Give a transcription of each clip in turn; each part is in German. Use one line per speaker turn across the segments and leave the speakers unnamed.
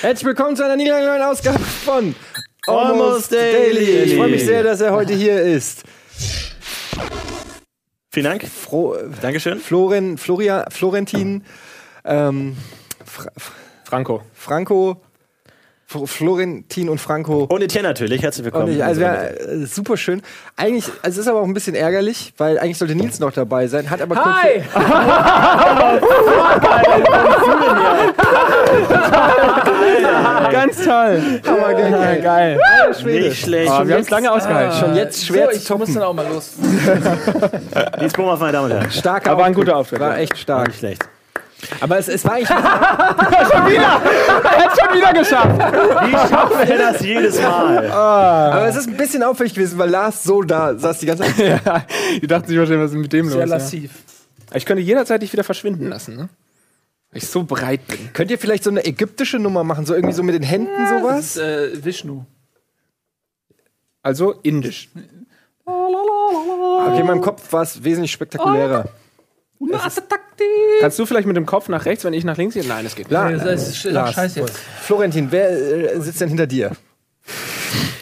Herzlich willkommen zu einer neuen Ausgabe von Almost,
Almost
Daily.
Daily.
Ich freue mich sehr, dass er heute hier ist.
Vielen Dank.
Fro äh,
Dankeschön.
Floren, Floria, Florentin, ähm, Fra Fra-
Franco.
Franco, Fl- Florentin und Franco.
Und Etienne natürlich. Herzlich
Und
willkommen.
ich, also wär, äh, super schön. Eigentlich, also es ist aber auch ein bisschen ärgerlich, weil eigentlich sollte Nils noch dabei sein, hat aber
Hi!
Ganz toll. Ah,
Aber geil.
Geil.
nicht schlecht.
Ah, wir haben es lange ausgehalten.
Schon jetzt schwer
so,
zu
ich
toppen.
muss dann auch mal los.
Nils Bohmhoff, meine Damen und Herren.
Starker
Aber ein guter Auftritt.
War echt stark.
Nicht schlecht.
Aber es, es war eigentlich
Hat schon wieder geschafft.
Wie schaffen wir das jedes Mal?
Aber es ist ein bisschen auffällig gewesen, weil Lars so da saß die ganze Zeit.
Die dachten sich wahrscheinlich, was ist mit dem
Sehr
los? Ja.
lassiv.
Ich könnte jederzeit dich wieder verschwinden lassen, ne? Weil ich so breit bin.
Könnt ihr vielleicht so eine ägyptische Nummer machen, so irgendwie so mit den Händen
Das
sowas?
ist äh, Vishnu.
Also indisch.
Okay, in meinem Kopf war es wesentlich spektakulärer.
Oh,
Kannst du vielleicht mit dem Kopf nach rechts, wenn ich nach links gehe? Nein, es geht nicht.
La
Das heißt, sch-
Lars.
scheiß jetzt.
Florentin, wer äh, sitzt denn hinter dir?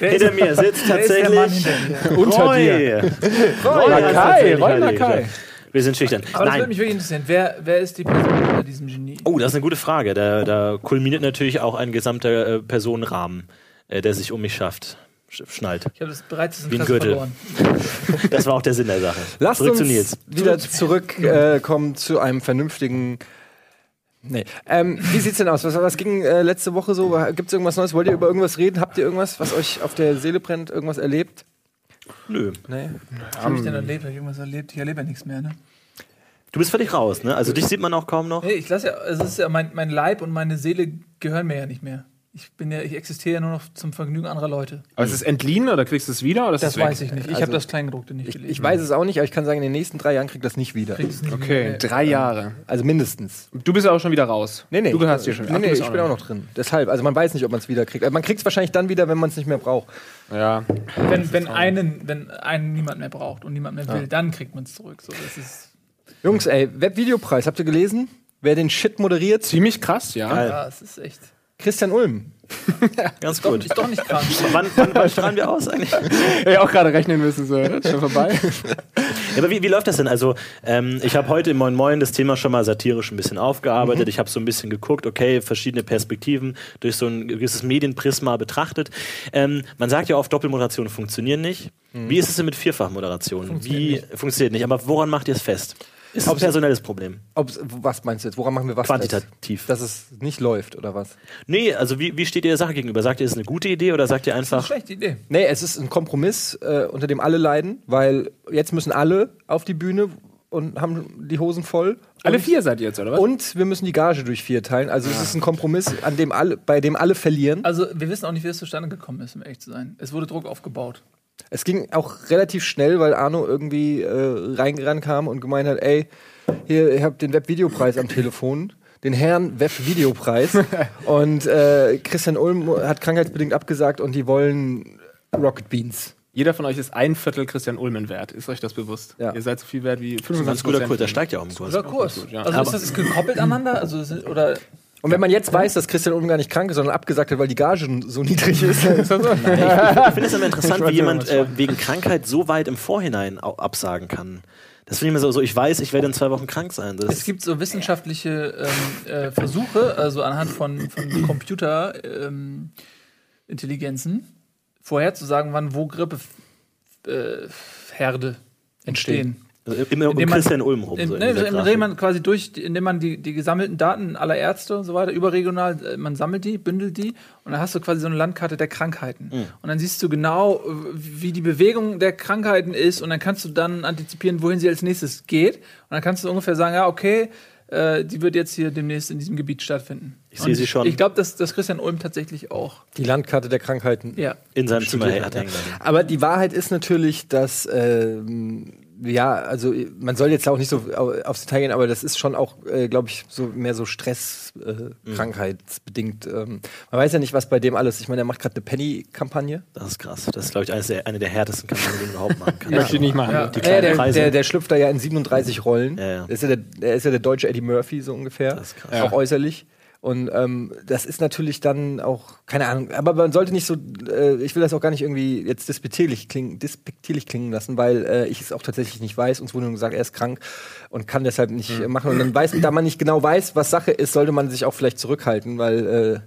Hinter mir sitzt
Der Mann
tatsächlich
hinter mir.
Unter dir.
Roy. Roy hat's tatsächlich
Roy
erledigt,
Lakai.
ja. Wir sind schüchtern.
Aber das würde
Nein.
mich wirklich interessieren. Wer, wer ist die Person hinter diesem Genie?
Oh, das ist eine gute Frage. Da, da kulminiert natürlich auch ein gesamter äh, Personenrahmen, äh, der sich um mich schafft. Sch schnallt.
Ich habe das bereits in
Wie ein
Klassen
Gürtel.
verloren.
Das war auch der Sinn der Sache.
Lasst
Zurück
uns
zu Nils.
wieder zurückkommen äh, kommen zu einem vernünftigen. Nee. Ähm, wie sieht's denn aus? Was, was ging äh, letzte Woche so? Gibt's irgendwas Neues? Wollt ihr über irgendwas reden? Habt ihr irgendwas, was euch auf der Seele brennt? Irgendwas erlebt?
Nö.
Nee.
Was habe ich denn erlebt? Habe ich irgendwas erlebt? Ich erlebe ja nichts mehr, ne?
Du bist völlig raus, ne? Also dich sieht man auch kaum noch.
Nee, ich lasse ja, es ist ja mein, mein Leib und meine Seele gehören mir ja nicht mehr. Ich bin ja, ich existiere ja nur noch zum Vergnügen anderer Leute.
Aber ist es entliehen oder kriegst du es wieder? Oder ist
Das
es weg?
weiß ich nicht. Ich habe das Kleingedruckte nicht gelesen.
Ich weiß es auch nicht, aber ich kann sagen, in den nächsten drei Jahren kriegt das nicht wieder.
Krieg's nicht
Okay,
mehr.
drei Jahre.
Also mindestens.
Du bist ja auch schon wieder raus.
Nee, nee.
Du gehörst hier schon.
Nee, nee, ich bin auch noch drin. Deshalb, also man weiß nicht, ob man es wieder kriegt. Also man kriegt es wahrscheinlich dann wieder, wenn man es nicht mehr braucht.
Ja.
Wenn, wenn, einen, wenn einen niemand mehr braucht und niemand mehr will, dann kriegt man es zurück. So, das ist
Jungs, ey, Webvideopreis, habt ihr gelesen? Wer den Shit moderiert?
Ziemlich krass, ja.
Geil.
Ja, es ist echt.
Christian Ulm.
Ganz
Doch,
gut.
Ist doch nicht krank.
Wann, wann, wann strahlen wir aus eigentlich?
Ey, auch gerade rechnen müssen so. Schon vorbei.
Ja, aber wie, wie läuft das denn? Also, ähm, ich habe heute im Moin Moin das Thema schon mal satirisch ein bisschen aufgearbeitet. Ich habe so ein bisschen geguckt, okay, verschiedene Perspektiven durch so ein gewisses Medienprisma betrachtet. Ähm, man sagt ja oft, Doppelmoderationen funktionieren nicht. Wie ist es denn mit Vierfachmoderationen? wie Mhm. funktioniert nicht? Aber woran macht ihr es fest? Ist es ein personelles Problem?
Ob's, was meinst du jetzt? Woran machen wir was?
Quantitativ.
Fest? Dass es nicht läuft oder was?
Nee, also wie, wie steht ihr der Sache gegenüber? Sagt ihr, es ist eine gute Idee oder sagt ihr einfach,
Schlechte Idee.
Nee, es ist ein Kompromiss, äh, unter dem alle leiden, weil jetzt müssen alle auf die Bühne und haben die Hosen voll.
Alle vier seid ihr jetzt, oder was?
Und wir müssen die Gage durch vier teilen. Also es ist ein Kompromiss, an dem alle, bei dem alle verlieren.
Also, wir wissen auch nicht, wie es zustande gekommen ist, um ehrlich zu sein. Es wurde Druck aufgebaut.
Es ging auch relativ schnell, weil Arno irgendwie äh, reingerannt kam und gemeint hat, ey, hier, ich habe den Webvideopreis am Telefon. Den Herrn Webvideopreis. und äh, Christian Ulm hat krankheitsbedingt abgesagt und die wollen Rocket Beans.
Jeder von euch ist ein Viertel Christian Ulmen wert. Ist euch das bewusst?
Ja.
Ihr seid so viel wert wie 25
ganz guter Kurs, der steigt ja auch im Kurs.
Oder Kurs.
gut, ja.
Also, ist das ist gekoppelt aneinander? Also, es ist- oder
Und wenn man jetzt weiß, dass Christian Ulm gar nicht krank ist, sondern abgesagt hat, weil die Gage so niedrig ist, dann ist das so.
Ich finde es immer interessant, wie
wollte
jemand
was
äh, wegen Krankheit so weit im Vorhinein au- absagen kann. Das finde ich immer so, so, ich weiß, ich werde in zwei Wochen krank sein. Das
es gibt so wissenschaftliche ähm, äh, Versuche, also anhand von, von Computerintelligenzen, ähm, Intelligenzen, vorherzusagen, wann wo Grippeherde äh, Herde entstehen.
also immer um
indem man-
Christian Ulm rum.
In,
so in
ne,
dieser
indem
Grafik.
man quasi durch, indem man die, die gesammelten Daten aller Ärzte und so weiter überregional, äh, man sammelt die, bündelt die und dann hast du quasi so eine Landkarte der Krankheiten.
Mhm.
Und dann siehst du genau, äh, wie die Bewegung der Krankheiten ist und dann kannst du dann antizipieren, wohin sie als nächstes geht. Und dann kannst du ungefähr sagen, ja, okay, äh, die wird jetzt hier demnächst in diesem Gebiet stattfinden.
Ich sehe
Und
sie schon.
Ich glaube, dass, dass Christian Ulm tatsächlich auch.
Die Landkarte der Krankheiten.
Ja.
in seinem Zimmer
studiert
hat hängen lassen.
Aber die Wahrheit ist natürlich, dass ähm, ja, also man soll jetzt auch nicht so au- aufs Detail gehen, aber das ist schon auch, äh, glaube ich, so mehr so stresskrankheitsbedingt.
Mhm.
Äh, krankheitsbedingt, ähm. Man weiß ja nicht, was bei dem alles. Ich meine, er macht gerade eine Penny-Kampagne.
Das ist krass. Das ist, glaube ich, eines der, eine der härtesten Kampagnen, die man überhaupt machen kann.
Möchte ich nicht machen.
Ja.
Die
Äh,
kleinen
der,
Preise.
der, der schlüpft da ja in 37 Rollen.
Ja, ja.
Der Ist ja der, er ist ja der deutsche Eddie Murphy, so ungefähr.
Das ist krass.
Auch äußerlich. Und ähm, das ist natürlich dann auch, keine Ahnung, aber man sollte nicht so, äh, ich will das auch gar nicht irgendwie jetzt despektierlich klingen, despektierlich klingen lassen, weil äh, ich es auch tatsächlich nicht weiß. Uns wurde nur gesagt, er ist krank und kann deshalb nicht äh, machen. Und dann weiß, da man nicht genau weiß, was Sache ist, sollte man sich auch vielleicht zurückhalten, weil äh,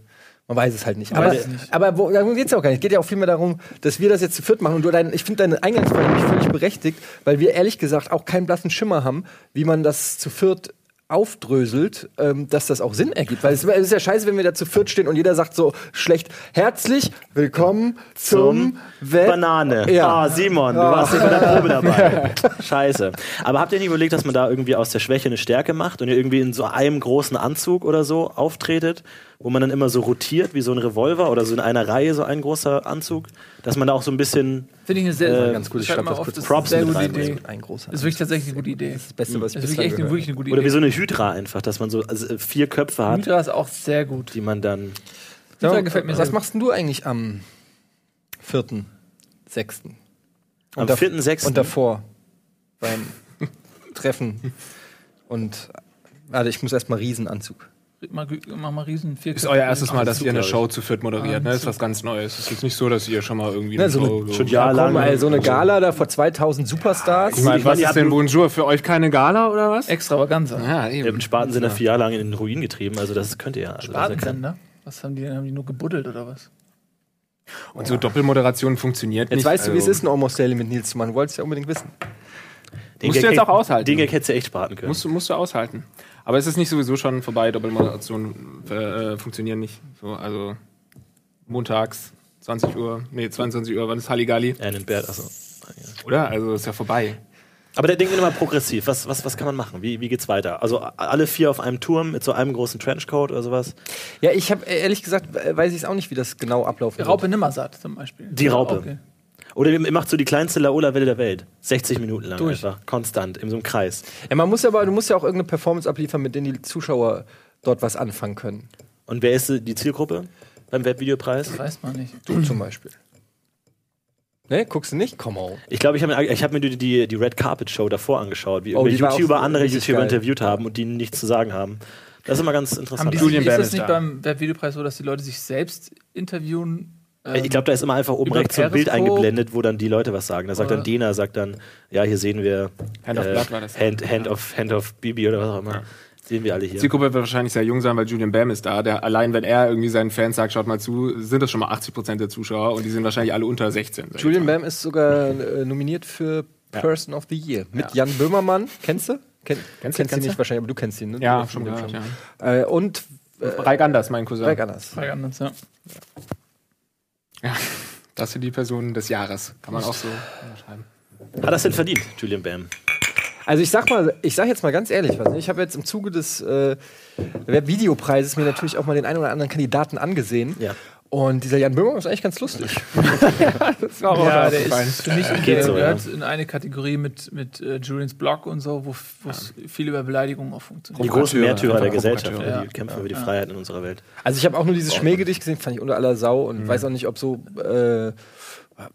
man weiß es halt nicht. Aber,
weiß es
aber wo, darum geht's ja auch gar nicht. Es geht ja auch vielmehr darum, dass wir das jetzt zu viert machen. Und du dein, ich finde deine Eingangsfrage nämlich völlig berechtigt, weil wir ehrlich gesagt auch keinen blassen Schimmer haben, wie man das zu viert aufdröselt, ähm, dass das auch Sinn ergibt. Weil es, es ist ja scheiße, wenn wir da zu viert stehen und jeder sagt so schlecht, herzlich willkommen zum, Web-
Banane.
Ja.
Ah, Simon, du warst nicht bei der Probe dabei. Scheiße. Aber habt ihr nicht überlegt, dass man da irgendwie aus der Schwäche eine Stärke macht und ihr irgendwie in so einem großen Anzug oder so auftretet, wo man dann immer so rotiert wie so ein Revolver oder so in einer Reihe so ein großer Anzug, dass man da auch so ein bisschen
Finde ich eine sehr,
Äh,
sehr
ganz
gut, ich
schreib
schreib
mal
das
auf,
kurz.
das ist eine
Props
sehr
mit
gute
rein.
Idee.
Ein großer.
Das ist wirklich tatsächlich eine gute Idee. Das
das Beste, was ich
ist
bislang
wirklich echt eine,
gehört
wirklich eine gute
oder wie
Idee.
so eine Hydra einfach, dass man so also vier Köpfe hat,
Mitra ist auch sehr gut.
die man dann
habe.
Mitra gefällt mir sehr
Was
gut.
machst denn du eigentlich am 4., 6.?
am
Und dav-
4.6.
Und davor beim Treffen. Und warte, ich muss erstmal Riesenanzug.
Mach, mach mal riesen vier
Ist euer erstes Mal, dass
Anzug,
ihr eine
glaub ich.
Show zu viert moderiert, ne? Ist was ganz Neues. Ist jetzt nicht so, dass ihr schon mal irgendwie.
Ah, Ne, so eine-
Show-
schon Jahre lang.
Komm, ey, so eine Gala da vor 2000 Superstars.
Ich meine,
Ich mein,
was
ihr
ist
habt
denn
nur-
Bonjour? Für euch keine Gala oder was?
Extravaganza.
Ja,
Ihr habt den
eben.
Spartensender vier Jahre lang in den Ruin getrieben, also das könnt ihr ja. Also das ist ja kein-
Badensender. Was haben die denn? Haben die nur gebuddelt oder was?
Und so Doppelmoderation funktioniert
Jetzt
nicht.
weißt du, wie es
also-
ist, ein Almost Daily mit Nils zu machen. Wolltest ja unbedingt wissen.
Den
Musst du
Gag
jetzt
hätt-
auch aushalten.
Den Gag hättest du echt sparen können.
Musst, du- musst du aushalten. Aber es ist nicht sowieso schon vorbei, Doppelmoderation äh, äh, funktionieren nicht. So, also montags, 20 Uhr, nee, 22 Uhr, wann ist Halligalli?
Äh, den Bert, also.
Oder? Also ist ja vorbei.
Aber der denkt immer progressiv. Was, was, was kann man machen? Wie, wie geht's weiter? Also a- alle vier auf einem Turm mit so einem großen Trenchcoat oder sowas?
Ja, ich habe ehrlich gesagt, äh, weiß ich es auch nicht, wie das genau ablaufen wird.
Raupe Nimmersatt zum Beispiel.
Die Raupe.
Okay.
Oder ihr macht so die kleinste Laola-Welle der Welt. 60 Minuten lang
Durch.
einfach. Konstant, in so einem Kreis.
Ja, man muss ja aber, du musst ja auch irgendeine Performance abliefern, mit der die Zuschauer dort was anfangen können.
Und wer ist die Zielgruppe beim Webvideopreis?
Weiß man nicht.
Du zum Beispiel. Ne, guckst du nicht? Come on.
Ich glaube, ich habe mir, ich habe mir die, die, die Red Carpet Show davor angeschaut, wie
Oh, die
irgendwie
war auch
YouTuber andere
richtig
YouTuber
geil.
interviewt haben und die nichts zu sagen haben. Das ist immer ganz
Haben
interessant.
die,
Julian
ist
Bam
das
ist
nicht
da.
beim Webvideopreis so, dass die Leute sich selbst interviewen? Ähm,
Äh, ich glaube, da ist immer einfach oben
über
rechts so ein Bild
Periscope.
eingeblendet, wo dann die Leute was sagen. Da sagt dann
Oder-
Dena, sagt dann, ja, hier sehen wir äh,
Hand of Blood war das.
Hand, Hand, of, Hand of Bibi oder was auch immer. Sehen wir alle hier.
Zielgruppe wird wahrscheinlich sehr jung sein, weil Julian Bam ist da. Der, allein wenn er irgendwie seinen Fans sagt, schaut mal zu, sind das schon mal 80% der Zuschauer und die sind wahrscheinlich alle unter 16. sag ich
Julian
mal.
Bam ist sogar äh, nominiert für Person of the Year mit Jan Böhmermann. Kennst du? Ken, kennst,
kennst
ihn
du?
nicht wahrscheinlich, aber du kennst ihn, ne?
Ja,
Du
schon
kennst ihn Äh,
gehört,
und äh,
Raik Anders, mein Cousin.
Raik Anders.
Frage an uns, Ähm, ja.
Ja. Das sind die Personen des Jahres. Kann man auch so unterschreiben.
Hat das denn verdient, Julian Bam?
Also ich sag mal, ich sag jetzt mal ganz ehrlich was. ne? Ich habe jetzt im Zuge des äh, Videopreises mir natürlich auch mal den einen oder anderen Kandidaten angesehen.
Ja.
Und dieser Jan Böhmermann ist eigentlich ganz lustig.
Das war auch
Ja, der
aufgefallen.
ist für mich
Geht
der
so,
gehört in eine Kategorie mit, mit äh, Julians Blog und so, wo wo es viel über Beleidigungen auch
Die
funktioniert.
großen Märtyrer der
einfach
Gesellschaft,
Provokateure.
ne? die kämpfen für die Freiheit in unserer Welt.
Also ich habe auch nur dieses Schmähgedicht gesehen, fand ich unter aller Sau und weiß auch nicht, ob so äh,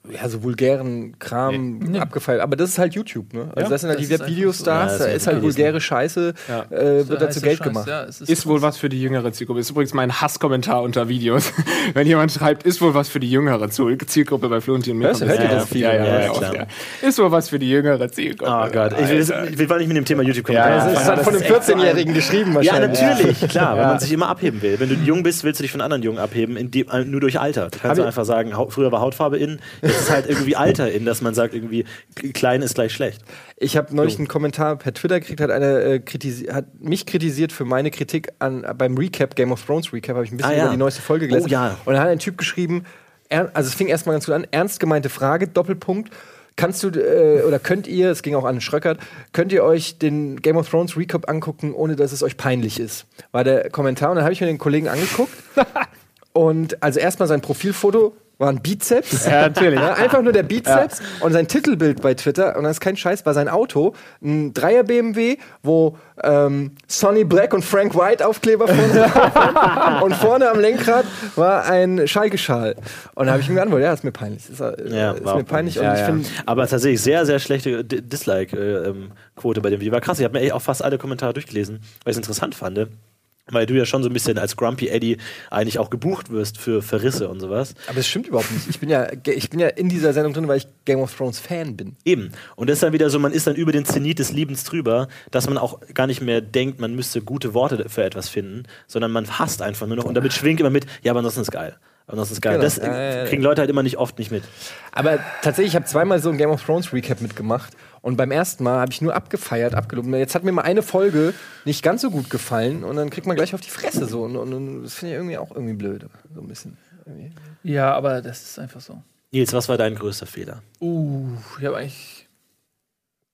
ja so vulgären Kram abgefeilt. Aber das ist halt YouTube, ne? Also das sind halt
das
die
ist einfach
Web-Videostars,
so. Ja,
da
das
ist
ist
halt
gewesen.
vulgäre Scheiße,
Ja.
äh, wird
Der
dazu
heiße
Geld
Scheiß,
gemacht.
Also Ja, es ist,
Ist wohl was für die jüngere Zielgruppe. Ist übrigens mein Hasskommentar unter Videos. Wenn jemand schreibt, ist wohl was für die jüngere Ziel- Zielgruppe bei Florentin Milch.
Hörst du, hört ihr das
ja,
viel?
ja, ja,
Ja,
ja,
ist
ja,
klar.
ja. Ist wohl was für die jüngere Zielgruppe. Also,
Oh Gott, ich will, ich will nicht mit dem Thema YouTube kommen.
Ja,
Das ist
Ja,
halt von einem 14-Jährigen geschrieben
Ja,
wahrscheinlich.
natürlich, klar, weil man sich immer abheben will. Wenn du jung bist, willst du dich von anderen Jungen abheben, in dem, nur durch Alter. Du kannst
ich-
einfach sagen, Hau- früher war Hautfarbe in, jetzt ist halt irgendwie Alter in, dass man sagt, irgendwie k- klein ist gleich schlecht.
Ich habe neulich einen Kommentar per Twitter gekriegt, hat einer äh, kritisi hat mich kritisiert für meine Kritik an beim Recap Game of Thrones Recap habe ich ein bisschen
Ah, ja.
über die neueste Folge gelesen.
Oh, ja.
Und da hat ein Typ geschrieben, er, also es fing erstmal ganz gut an, ernst gemeinte Frage Doppelpunkt Kannst du äh, oder könnt ihr, es ging auch an Schröckert, könnt ihr euch den Game of Thrones Recap angucken, ohne dass es euch peinlich ist? War der Kommentar und dann habe ich mir den Kollegen angeguckt und also erstmal sein Profilfoto waren Bizeps.
Ja, natürlich.
Ja, einfach nur der Bizeps und sein Titelbild bei Twitter, und das ist kein Scheiß, war sein Auto, ein Dreier BMW, wo ähm, Sonny Black und Frank White Aufkleber vorne drauf und vorne am Lenkrad war ein Schalke-Schal. Und da habe ich ihm geantwortet, ja, ist mir peinlich. Ist, äh,
Ja,
ist
war
mir
auch
peinlich und
Ja,
ich
ja.
finde,
Aber tatsächlich sehr, sehr schlechte D- Dislike-Quote bei dem Video. War krass. Ich habe mir echt auch fast alle Kommentare durchgelesen, weil ich es interessant fand. Weil du ja schon so ein bisschen als Grumpy Eddie eigentlich auch gebucht wirst für Verrisse und sowas.
aber es stimmt überhaupt nicht. Ich bin, ja, ich bin ja in dieser Sendung drin, weil ich Game of Thrones Fan bin.
Eben. Und das ist dann wieder so, man ist dann über den Zenit des Liebens drüber, dass man auch gar nicht mehr denkt, man müsste gute Worte für etwas finden, sondern man hasst einfach nur noch und damit schwingt immer mit, ja, aber ansonsten ist geil. Aber ansonsten ist geil.
Genau.
Das
Ja, ja, ja.
kriegen Leute halt immer nicht oft nicht mit.
Aber tatsächlich, ich habe zweimal so ein Game of Thrones Recap mitgemacht. Und beim ersten Mal habe ich nur abgefeiert, abgelobt. Jetzt hat mir mal eine Folge nicht ganz so gut gefallen und dann kriegt man gleich auf die Fresse so. Und, und, und das finde ich irgendwie auch irgendwie blöd. So ein bisschen.
Ja, aber das ist einfach so.
Nils, was war dein größter Fehler?
Uh, ich habe eigentlich.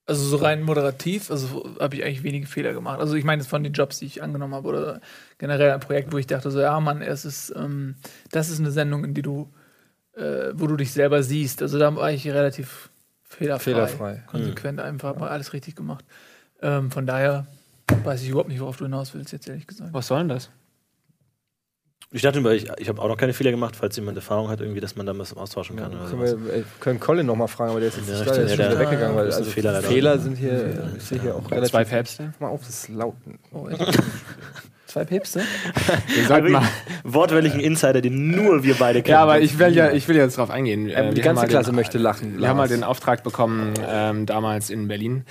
Also so rein moderativ, also habe ich eigentlich wenige Fehler gemacht. Also ich meine jetzt von den Jobs, die ich angenommen habe oder generell ein Projekt, wo ich dachte so, ja Mann, es ist, ähm, das ist eine Sendung, in die du, äh, wo du dich selber siehst. Also da war ich relativ fehlerfrei.
Fehlerfrei.
Konsequent einfach, mal alles richtig gemacht. Ähm, von daher weiß ich überhaupt nicht, worauf du hinaus willst, jetzt ehrlich gesagt.
Was soll denn das?
Ich dachte mir, ich, ich habe auch noch keine Fehler gemacht, falls jemand Erfahrung hat, irgendwie, dass man da was austauschen kann. oder
Können
sowas.
wir äh, können Colin nochmal fragen, aber der ist jetzt
Ja,
nicht da, der ist schon
stimmt, ja,
wieder
der-
weggegangen. Weil,
das ist ein
also
Fehler
Fehler,
leider.
sind hier, ich sehe hier auch relativ.
Zwei Päpste?
Mal auf, das ist laut.
Oh, ja. Zwei Päpste?
Äh, Wir
Aber
sollten
wirklich
mal.
Wortwörtlich ein Insider, den nur wir beide kennen.
Also Ja, aber ich will ja, ich will jetzt drauf eingehen. Äh,
die
wir haben
ganze
mal den-
Klasse möchte lachen,
Wir
Lars.
haben mal den Auftrag bekommen, ähm, damals in Berlin.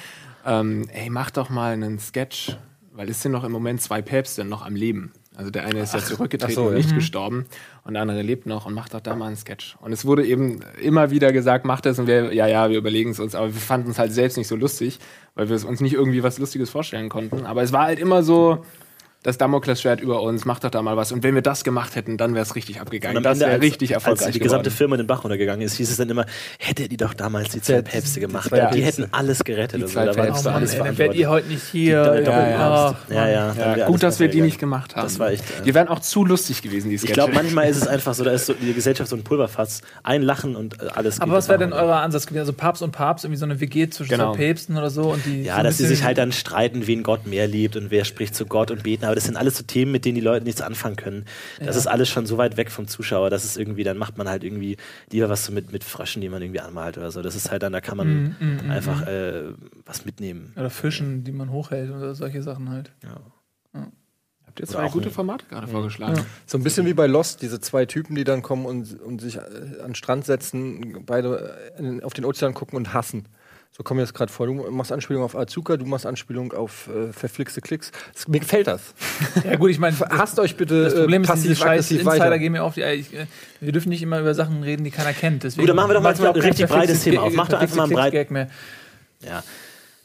Ähm, ey, mach doch mal einen Sketch, weil es sind noch im Moment zwei Päpste noch am Leben. Also der eine ist ja zurückgetreten
ach so,
und
ja.
nicht
Mhm.
gestorben und der andere lebt noch und macht doch da mal einen Sketch. Und es wurde eben immer wieder gesagt, mach das und wir, ja, ja, wir überlegen es uns, aber wir fanden es halt selbst nicht so lustig, weil wir es uns nicht irgendwie was Lustiges vorstellen konnten. Aber es war halt immer so, das Damoklesschwert über uns, mach doch da mal was. Und wenn wir das gemacht hätten, dann wäre es richtig abgegangen.
am
Das
Ende,
wäre
als-
richtig erfolgreich
Als die gesamte
geworden.
Firma den Bach runtergegangen ist, hieß es dann immer, hätte die doch damals die
Ja,
zwei
die- die
Päpste gemacht.
zwei
Die
Päpste.
hätten alles gerettet. und so.
zwei
Da war
Päpste,
doch alles
ey, dann
verantwortlich.
werdet ihr heute nicht hier. Ah,
Die Doppel-
ja,
Ja, ja. dann
Ja,
wäre
gut,
alles
dass wir
besser
die nicht
gegangen.
gemacht haben.
Das war echt, äh,
die wären auch zu lustig gewesen, die Sketche.
Ich glaube, manchmal ist es einfach so, da ist so die Gesellschaft so ein Pulverfass. Ein Lachen und äh, alles.
Aber
geht
was wäre denn
runter.
euer Ansatz gewesen? Also Papst und Papst, irgendwie so eine WG zwischen
Genau.
zwei Päpsten oder so und die. so
Ja,
ein
dass sie
bisschen-
sich halt dann streiten, wen Gott mehr liebt und wer spricht zu Gott und beten. Aber das sind alles so Themen, mit denen die Leute nichts anfangen können. Das ist alles schon so weit weg vom Zuschauer, dass es irgendwie, dann macht man halt irgendwie lieber was so mit, mit Fröschen, die man irgendwie anmalt oder so. Das ist halt dann, da kann
Mm,
man einfach äh, was mitnehmen.
Oder Fischen, die man hochhält oder solche Sachen halt.
Ja.
Habt ihr
Oder
zwei
auch
gute
ein-
Formate gerade vorgeschlagen?
So ein bisschen wie bei Lost, diese zwei Typen, die dann kommen und, und sich äh, an den Strand setzen, beide äh, in, auf den Ozean gucken und hassen. So kommen wir das gerade vor. Du machst Anspielung auf Azuka, du machst Anspielung auf äh, verflixte Klicks. Es, mir gefällt das.
Ja, gut, ich meine.
Hasst euch bitte
äh,
Das Problem ist, diese scheiß
passiv-aggressiv
Insider
weiter.
geben mir auf die. Ich, äh, wir dürfen nicht immer über Sachen reden, die keiner kennt. Deswegen
Gut, dann machen wir doch mal
mach ich
ein
auch kein
richtig breites
verflixtes
Thema
Gag-
auf. Mach doch einfach mal ein breit-
verflixtes Gag mehr.
ja.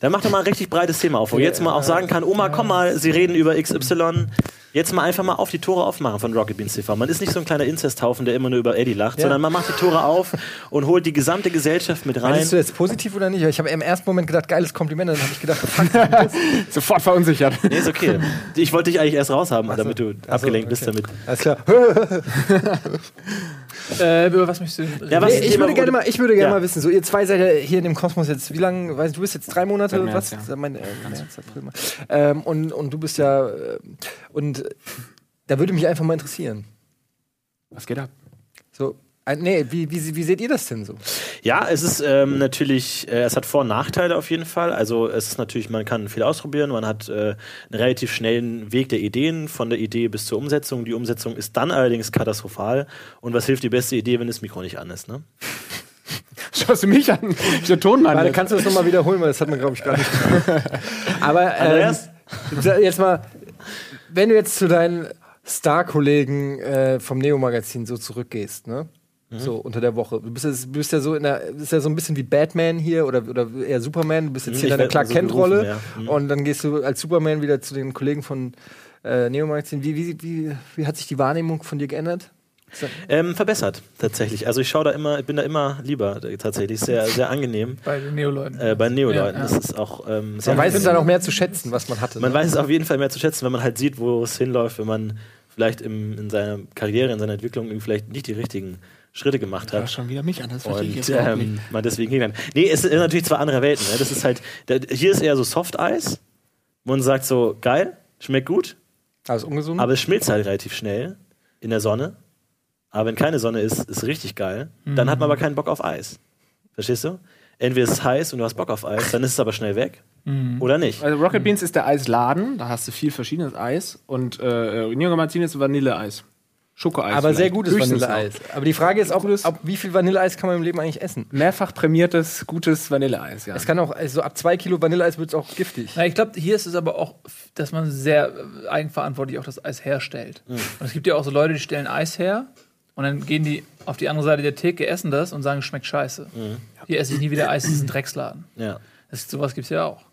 Dann mach doch mal ein richtig breites Thema auf, wo jetzt mal auch sagen kann, Oma, komm mal, sie reden über XY. Jetzt mal einfach mal auf die Tore aufmachen von Rocket Beans TV. Man ist nicht so ein kleiner Inzesthaufen, der immer nur über Eddie lacht, sondern man macht die Tore auf und holt die gesamte Gesellschaft mit rein.
Meinst du jetzt positiv oder nicht? Ich habe im ersten Moment gedacht, geiles Kompliment, dann habe ich gedacht, fuck,
Sofort verunsichert.
Nee, ist okay. Ich wollte dich eigentlich erst raushaben, damit du abgelenkt bist damit.
alles klar.
Äh, über was möchtest du
Ja, was-
Nee, ich würde gerne mal, ich würde gerne
Ja.
mal wissen, so ihr zwei seid ja hier in dem Kosmos jetzt, wie lange, weißt du, du bist jetzt drei Monate,
Seit März,
was?
ja.
Seit mein, äh, März, April, Mai. ähm, und, und du bist ja, äh, und äh, da würde mich einfach mal interessieren.
Was geht ab?
So, äh, nee, wie, wie, wie seht ihr das denn so?
Ja, es ist ähm, natürlich, äh, es hat Vor- und Nachteile auf jeden Fall. Also es ist natürlich, man kann viel ausprobieren, man hat äh, einen relativ schnellen Weg der Ideen, von der Idee bis zur Umsetzung. Die Umsetzung ist dann allerdings katastrophal. Und was hilft die beste Idee, wenn das Mikro nicht an ist? Ne?
Schaust du mich an? Ich der
Warte,
Tonmann.
kannst du das nochmal wiederholen, weil das hat man, glaube ich, gerade nicht gemacht. Aber ähm,
Andreas?
sa- jetzt mal, wenn du jetzt zu deinen Star-Kollegen äh, vom Neo-Magazin so zurückgehst, ne?
Mhm.
So unter der Woche. Du bist, jetzt, du bist ja so in der, bist ja so ein bisschen wie Batman hier oder, oder eher Superman. Du bist jetzt
Mhm,
hier
ich
in deiner
werd
Clark
so
Kent-Rolle
gerufen, ja. Mhm.
und dann gehst du als Superman wieder zu den Kollegen von äh, Neo-Magazin. Wie, wie, wie, wie hat sich die Wahrnehmung von dir geändert? Ist das-
Ähm, verbessert tatsächlich. Also ich schaue da immer, ich bin da immer lieber äh, tatsächlich. Sehr, sehr angenehm.
bei den Neoleuten?
Äh, bei Neoleuten.
Ja, ja.
Das ist auch ähm, sehr
Man weiß es
angenehm.
dann auch mehr zu schätzen, was man hatte.
Also Man
ne?
weiß es auf jeden Fall mehr zu schätzen, wenn man halt sieht, wo es hinläuft, wenn man vielleicht im, in seiner Karriere, in seiner Entwicklung irgendwie vielleicht nicht die richtigen Schritte gemacht
war
hat.
schon wieder mich an, das verstehe ich
Und
jetzt überhaupt nicht.
ähm, man deswegen hingegangen. Nee, es sind natürlich zwei andere Welten. Ne? Das ist halt, da, hier ist eher so Soft-Eis. Man sagt so, geil, schmeckt gut,
Alles ungesund?
Mhm.
aber es schmilzt halt relativ schnell in der Sonne. Aber wenn keine Sonne ist, ist richtig geil. Dann hat man
Mhm.
aber keinen Bock auf Eis. Verstehst du? Entweder ist es heiß und du hast Bock auf Eis, dann ist es aber schnell weg. Oder nicht.
Also Rocket Beans ist der Eisladen, da hast du viel verschiedenes Eis und äh, Jürgen Martin ist Vanilleeis. Schokoeis.
aber sehr
vielleicht.
gutes
Höchstens
Vanilleeis. Aber die Frage ist auch,
Gutes-
ab wie viel Vanilleeis kann man im Leben eigentlich essen?
noch. Mehrfach prämiertes, gutes Vanilleeis, ja.
Es kann auch, also ab zwei Kilo Vanilleeis wird es auch giftig.
Na, ich glaube, hier ist es aber auch, dass man sehr äh, eigenverantwortlich auch das Eis herstellt. Und es gibt ja auch so Leute, die stellen Eis her und dann gehen die auf die andere Seite der Theke, essen das und sagen, es schmeckt scheiße. Hier esse ich nie wieder Eis, das ist ein Drecksladen.
Ja.
Das, sowas gibt es ja auch.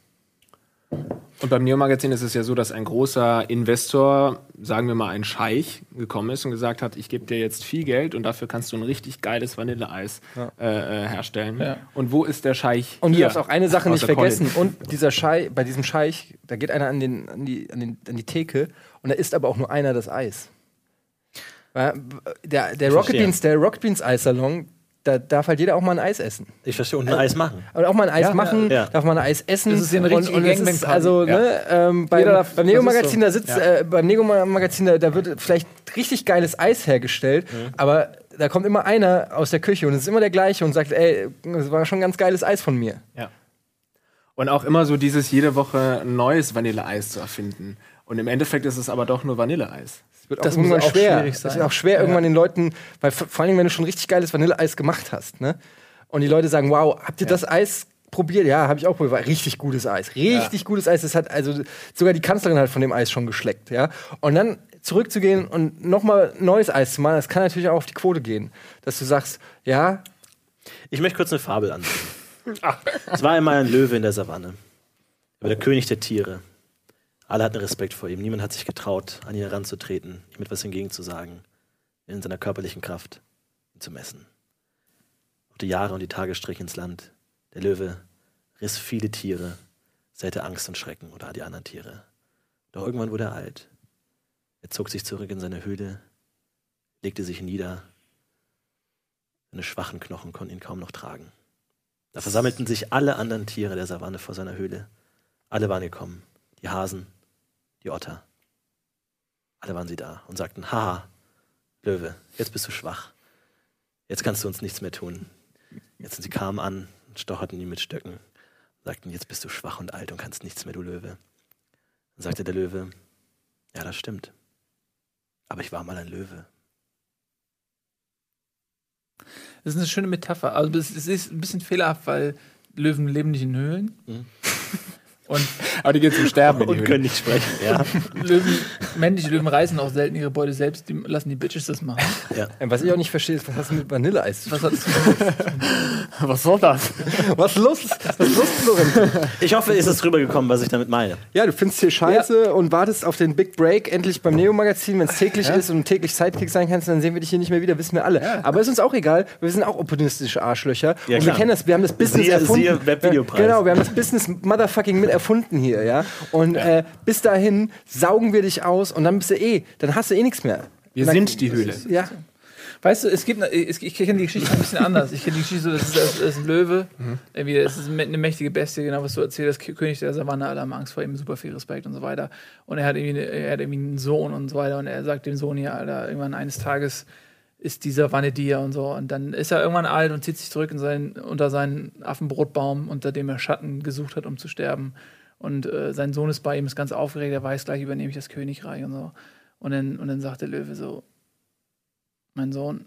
Und beim Neo-Magazin ist es ja so, dass ein großer Investor, sagen wir mal ein Scheich, gekommen ist und gesagt hat, ich gebe dir jetzt viel Geld und dafür kannst du ein richtig geiles Vanilleeis äh, äh, herstellen.
Ja.
Und wo ist der Scheich?
Und du
Hier.
darfst auch eine Sache nicht
Außer Colin.
vergessen. Und dieser Scheich, bei diesem Scheich, da geht einer an, den, an, die, an, den, an die Theke und da isst aber auch nur einer das Eis. Ja, Der, der, Rocket,
verstehe.
Beans, der Rocket Beans Eissalon, da darf halt jeder auch mal ein Eis essen.
Ich verstehe, und
Also
ein Eis machen.
Und auch mal ein Eis machen,
ja.
darf man ein Eis essen.
Das ist hier eine richtige
und, und es ist
Gangbang-Party.
Also,
Ja.
ne, ähm, beim,
Jeder darf-
beim
das ist
Neo-Magazin,
so.
da sitzt, äh, beim Neo-Magazin, da, da wird vielleicht richtig geiles Eis hergestellt,
Mhm.
aber da kommt immer einer aus der Küche und es ist immer der gleiche und sagt, ey, das war schon ganz geiles Eis von mir.
Ja. Und auch immer so dieses jede Woche ein neues Vanilleeis zu erfinden. Und im Endeffekt ist es aber doch nur Vanilleeis.
Es wird auch
Das muss
irgendwann
auch
schwer.
schwierig
Es
sein.
wird auch schwer, irgendwann den Leuten, weil v- vor allem, wenn du schon richtig geiles Vanilleeis gemacht hast, ne? Und die Leute sagen, wow, habt ihr das Eis probiert? Ja, habe ich auch probiert. War richtig gutes Eis. Richtig gutes Eis. Das hat also sogar die Kanzlerin hat von dem Eis schon geschleckt, ja. Und dann zurückzugehen und nochmal neues Eis zu machen, das kann natürlich auch auf die Quote gehen. Dass du sagst, ja,
Ich möchte kurz eine Fabel ansehen. es war einmal ein Löwe in der Savanne. Er war der König der Tiere. Alle hatten Respekt vor ihm. Niemand hat sich getraut, an ihn heranzutreten, ihm etwas entgegenzusagen, in seiner körperlichen Kraft ihn zu messen. Auch die Jahre und die Tage strichen ins Land. Der Löwe riss viele Tiere, säte Angst und Schrecken unter die anderen Tiere. Doch irgendwann wurde er alt. Er zog sich zurück in seine Höhle, legte sich nieder seine schwachen Knochen konnten ihn kaum noch tragen. Da versammelten sich alle anderen Tiere der Savanne vor seiner Höhle. Alle waren gekommen. Die Hasen, die Otter. Alle waren sie da und sagten, haha, Löwe, jetzt bist du schwach. Jetzt kannst du uns nichts mehr tun. Jetzt sind sie kamen an und stocherten ihn mit Stöcken. Sagten, jetzt bist du schwach und alt und kannst nichts mehr, du Löwe. Dann sagte der Löwe, ja, das stimmt. Aber ich war mal ein Löwe.
Das ist eine schöne Metapher. Also es, es ist ein bisschen fehlerhaft, weil Löwen leben nicht in Höhlen. Und
Aber die gehen zum Sterben in die
Und
Höhle.
können nicht sprechen. Ja,
Löwen, männliche Löwen reißen auch selten ihre Beute selbst, die lassen die Bitches das machen.
ja.
äh, was ich auch nicht verstehe, ist, was hast du mit Vanilleeis?
Was hat's
Was soll das?
Was ist los? Was ist los, Lorenz?
Ich hoffe, ist es rübergekommen, was ich damit meine.
Ja, du findest hier scheiße und wartest auf den Big Break, endlich beim Neo-Magazin, wenn es täglich ist und täglich Sidekick sein kannst, dann sehen wir dich hier nicht mehr wieder, wissen wir alle. Aber ist uns auch egal, wir sind auch opportunistische Arschlöcher
Ja,
und wir
klar.
kennen das, wir haben das Business
Siehe-
erfunden.
siehe Webvideopreis.
Ja, Genau, wir haben das Business motherfucking mit erfunden hier, ja. Und äh, bis dahin saugen wir dich aus und dann bist du eh, dann hast du eh nichts mehr.
Wir
Na,
sind die Höhle.
Ja,
Weißt du, es gibt, eine- ich, ich kenne die Geschichte ein bisschen anders. Ich kenne die Geschichte so, das ist, das ist ein Löwe, irgendwie, es ist eine mächtige Bestie, genau was du erzählst, K- König der Savanne, alle haben Angst vor ihm, super viel Respekt und so weiter. Und er hat irgendwie, eine, er hat irgendwie einen Sohn und so weiter und er sagt dem Sohn hier, Alter, irgendwann eines Tages ist die Savanne dir und so. Und dann ist er irgendwann alt und zieht sich zurück in seinen, unter seinen Affenbrotbaum, unter dem er Schatten gesucht hat, um zu sterben. Und äh, sein Sohn ist bei ihm, ist ganz aufgeregt, er weiß, gleich übernehme ich das Königreich und so. Und dann, und dann sagt der Löwe so, mein Sohn,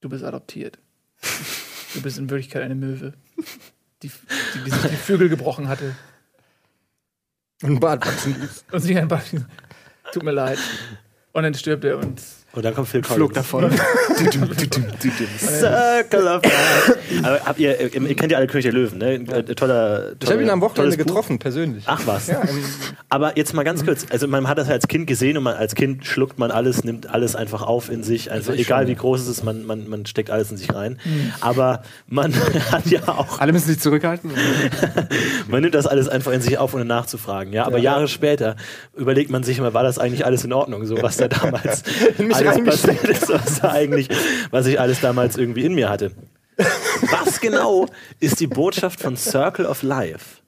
du bist adoptiert. Du bist in Wirklichkeit eine Möwe, die, die, die sich die Vögel gebrochen hatte
und Bart wachsen ließ.
und sich ein Bad. Tut mir leid. Und dann stirbt er und
Und dann Oh, kommt Phil Collins.
Flog davon.
Circle of Life. Aber habt ihr, äh, ihr kennt ja alle König der Löwen, ne? Äh, Toller, toller
Ich habe ihn am
tolles
Wochenende
Buch. Ah,
getroffen, persönlich.
Ach was.
Ja, ähm,
Aber jetzt mal ganz kurz. Also man hat das ja als Kind gesehen und man, als Kind schluckt man alles, nimmt alles einfach auf in sich. Also egal wie groß es ist, man, man, man steckt alles in sich rein.
Mhm.
Aber man hat ja auch,
Alle müssen sich zurückhalten.
man nimmt das alles einfach in sich auf, ohne nachzufragen. Ja, aber Jahre später überlegt man sich mal, war das eigentlich alles in Ordnung, so was da damals
mich
jetzt passiert ist, was da eigentlich, was ich alles damals irgendwie in mir hatte. Was genau ist die Botschaft von Circle of Life?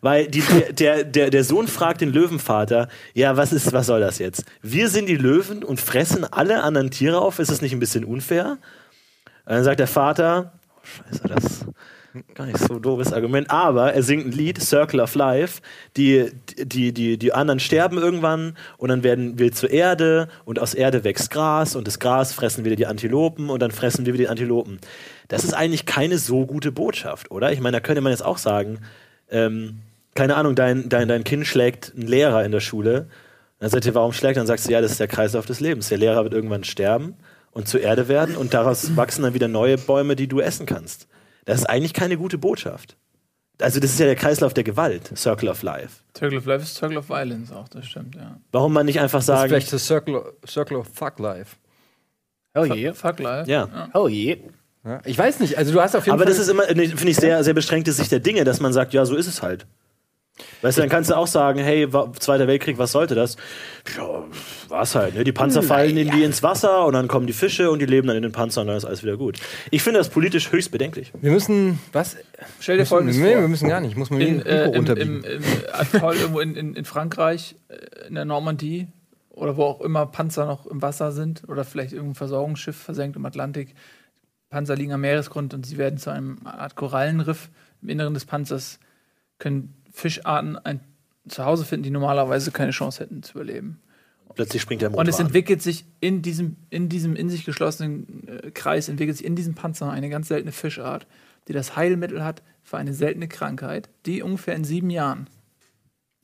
Weil die, der- der, der, der Sohn fragt den Löwenvater, ja, was ist, was soll das jetzt? Wir sind die Löwen und fressen alle anderen Tiere auf, ist das nicht ein bisschen unfair? Und dann sagt der Vater, oh, scheiße, das ist gar nicht so ein doofes Argument, aber er singt ein Lied, Circle of Life, die, die, die, die anderen sterben irgendwann und dann werden wir zur Erde und aus Erde wächst Gras und das Gras fressen wieder die Antilopen und dann fressen wir wieder die Antilopen. Das ist eigentlich keine so gute Botschaft, oder? Ich meine, da könnte man jetzt auch sagen, ähm, keine Ahnung, dein, dein, dein Kind schlägt einen Lehrer in der Schule. Dann sagt ihr, warum schlägt? er? Dann sagst du, ja, das ist der Kreislauf des Lebens. Der Lehrer wird irgendwann sterben und zur Erde werden und daraus wachsen dann wieder neue Bäume, die du essen kannst. Das ist eigentlich keine gute Botschaft. Also, das ist ja der Kreislauf der Gewalt, Circle of Life.
Circle of Life ist Circle of Violence auch, das stimmt, ja.
Warum man nicht einfach
Das ist
sagen,
vielleicht das Circle, Circle of Fuck Life.
Oh
Fuck- Fuck Life.
ja.
Oh je.
Ja? Ich weiß nicht, also du hast auf jeden
Aber
Fall.
das ist immer, ne, finde ich, sehr, sehr beschränkte Sicht der Dinge, dass man sagt, ja, so ist es halt. Weißt du, dann kannst du auch sagen, hey, wa- Zweiter Weltkrieg, was sollte das? Ja, war's halt. Ne? Die
Hm,
Panzer fallen in die ins Wasser und dann kommen die Fische und die leben dann in den Panzern und dann ist alles wieder gut. Ich finde das politisch höchst bedenklich.
wir müssen. Was?
Stell dir folgendes
nee,
vor.
wir müssen gar nicht. Ich muss mir
in,
den
äh,
Mikro
im,
runterbiegen.
im, im Atoll irgendwo in, in, in Frankreich, äh, in der Normandie oder wo auch immer Panzer noch im Wasser sind oder vielleicht irgendein Versorgungsschiff versenkt im Atlantik. Panzer liegen am Meeresgrund und sie werden zu einem Art Korallenriff. Im Inneren des Panzers können Fischarten ein Zuhause finden, die normalerweise keine Chance hätten zu überleben.
Plötzlich springt der Motor
Und es
an.
entwickelt sich in diesem, in diesem in sich geschlossenen äh, Kreis, entwickelt sich in diesem Panzer eine ganz seltene Fischart, die das Heilmittel hat für eine seltene Krankheit, die ungefähr in sieben Jahren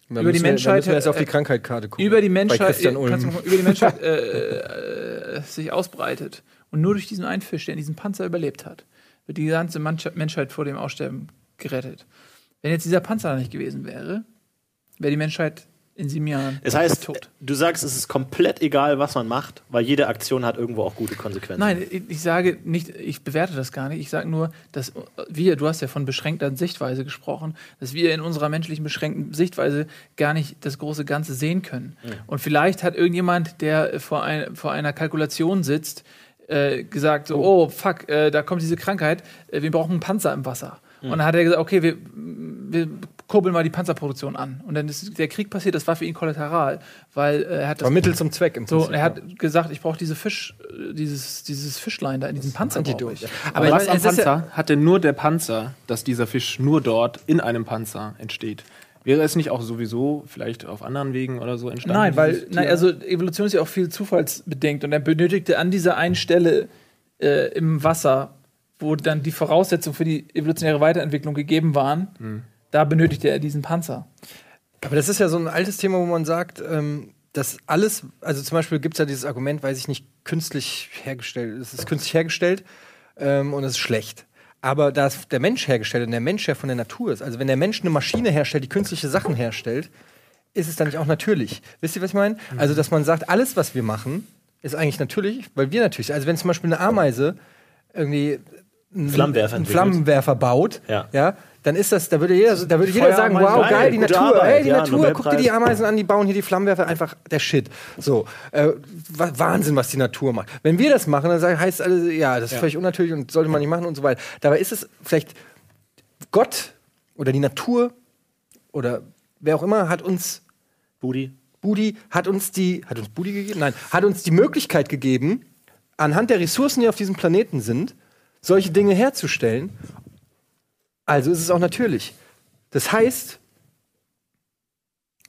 Da
über
müssen wir-
die
da müssen
Menschheit,
wir erst auf die
äh,
Krankheitskarte gucken.
über die
Bei
Menschheit,
Christian
äh, kannst du
Ulm.
mal- über die Menschheit äh, äh, sich ausbreitet. Und nur durch diesen einen Fisch, der in diesem Panzer überlebt hat, wird die ganze Mannscha- Menschheit vor dem Aussterben gerettet. Wenn jetzt dieser Panzer da nicht gewesen wäre, wäre die Menschheit in sieben Jahren
Es heißt,
tot.
du sagst, es ist komplett egal, was man macht, weil jede Aktion hat irgendwo auch gute Konsequenzen.
Nein, ich- ich sage nicht, ich bewerte das gar nicht. Ich sage nur, dass wir, du hast ja von beschränkter Sichtweise gesprochen, dass wir in unserer menschlichen beschränkten Sichtweise gar nicht das große Ganze sehen können. Und vielleicht hat irgendjemand, der vor, ein, vor einer Kalkulation sitzt, äh, gesagt, so, oh fuck, äh, da kommt diese Krankheit, äh, wir brauchen einen Panzer im Wasser. Und dann hat er gesagt, okay, wir, wir kurbeln mal die Panzerproduktion an. Und dann ist der Krieg passiert, das war für ihn kollateral, weil äh, er hat das
Vermittel zum Zweck im
so,
Prinzip,
er
ja.
hat gesagt, ich brauche diese Fisch, äh, dieses, dieses Fischlein da in diesem Panzer. brauche Ich.
Aber,
ich
was
meine,
am
es ist
Panzer
ja-
hatte nur der Panzer, dass dieser Fisch nur dort in einem Panzer entsteht. Wäre es nicht auch sowieso vielleicht auf anderen Wegen oder so entstanden?
Nein, weil
dieses Tier?
nein, also Evolution ist ja auch viel zufallsbedingt und er benötigte an dieser einen Stelle äh, im Wasser, wo dann die Voraussetzungen für die evolutionäre Weiterentwicklung gegeben waren,
Hm.
da benötigte er diesen Panzer.
Aber das ist ja so ein altes Thema, wo man sagt, ähm, dass alles, also zum Beispiel gibt es ja dieses Argument, weiß ich nicht, künstlich hergestellt, es ist künstlich hergestellt ähm, und es ist schlecht. Aber da es der Mensch hergestellt und der Mensch ja von der Natur ist, also wenn der Mensch eine Maschine herstellt, die künstliche Sachen herstellt, ist es dann nicht auch natürlich? Wisst ihr, was ich meine? Also, dass man sagt, alles, was wir machen, ist eigentlich natürlich, weil wir natürlich, also wenn zum Beispiel eine Ameise irgendwie einen
Flammenwerfer
einen
entwickelt.
Flammenwerfer baut,
Ja.
ja, dann ist das, da würde jeder, da würde jeder
Feuer,
sagen,
Ameisen,
wow, geil,
geil,
die
gute
Natur,
Arbeit,
hey, die
ja,
Natur,
Nobelpreis.
guck dir die Ameisen an, die bauen hier die Flammenwerfer, einfach der Shit. So, äh, wa- Wahnsinn, was die Natur macht. Wenn wir das machen, dann sag- heißt alles, ja, das ist völlig unnatürlich und sollte man nicht machen und so weiter. Dabei ist es vielleicht Gott oder die Natur oder wer auch immer hat uns
Budi.
Budi hat uns die, hat uns Budi gegeben? Nein, hat uns die Möglichkeit gegeben, anhand der Ressourcen, die auf diesem Planeten sind, solche Dinge herzustellen. Also ist es auch natürlich. Das heißt,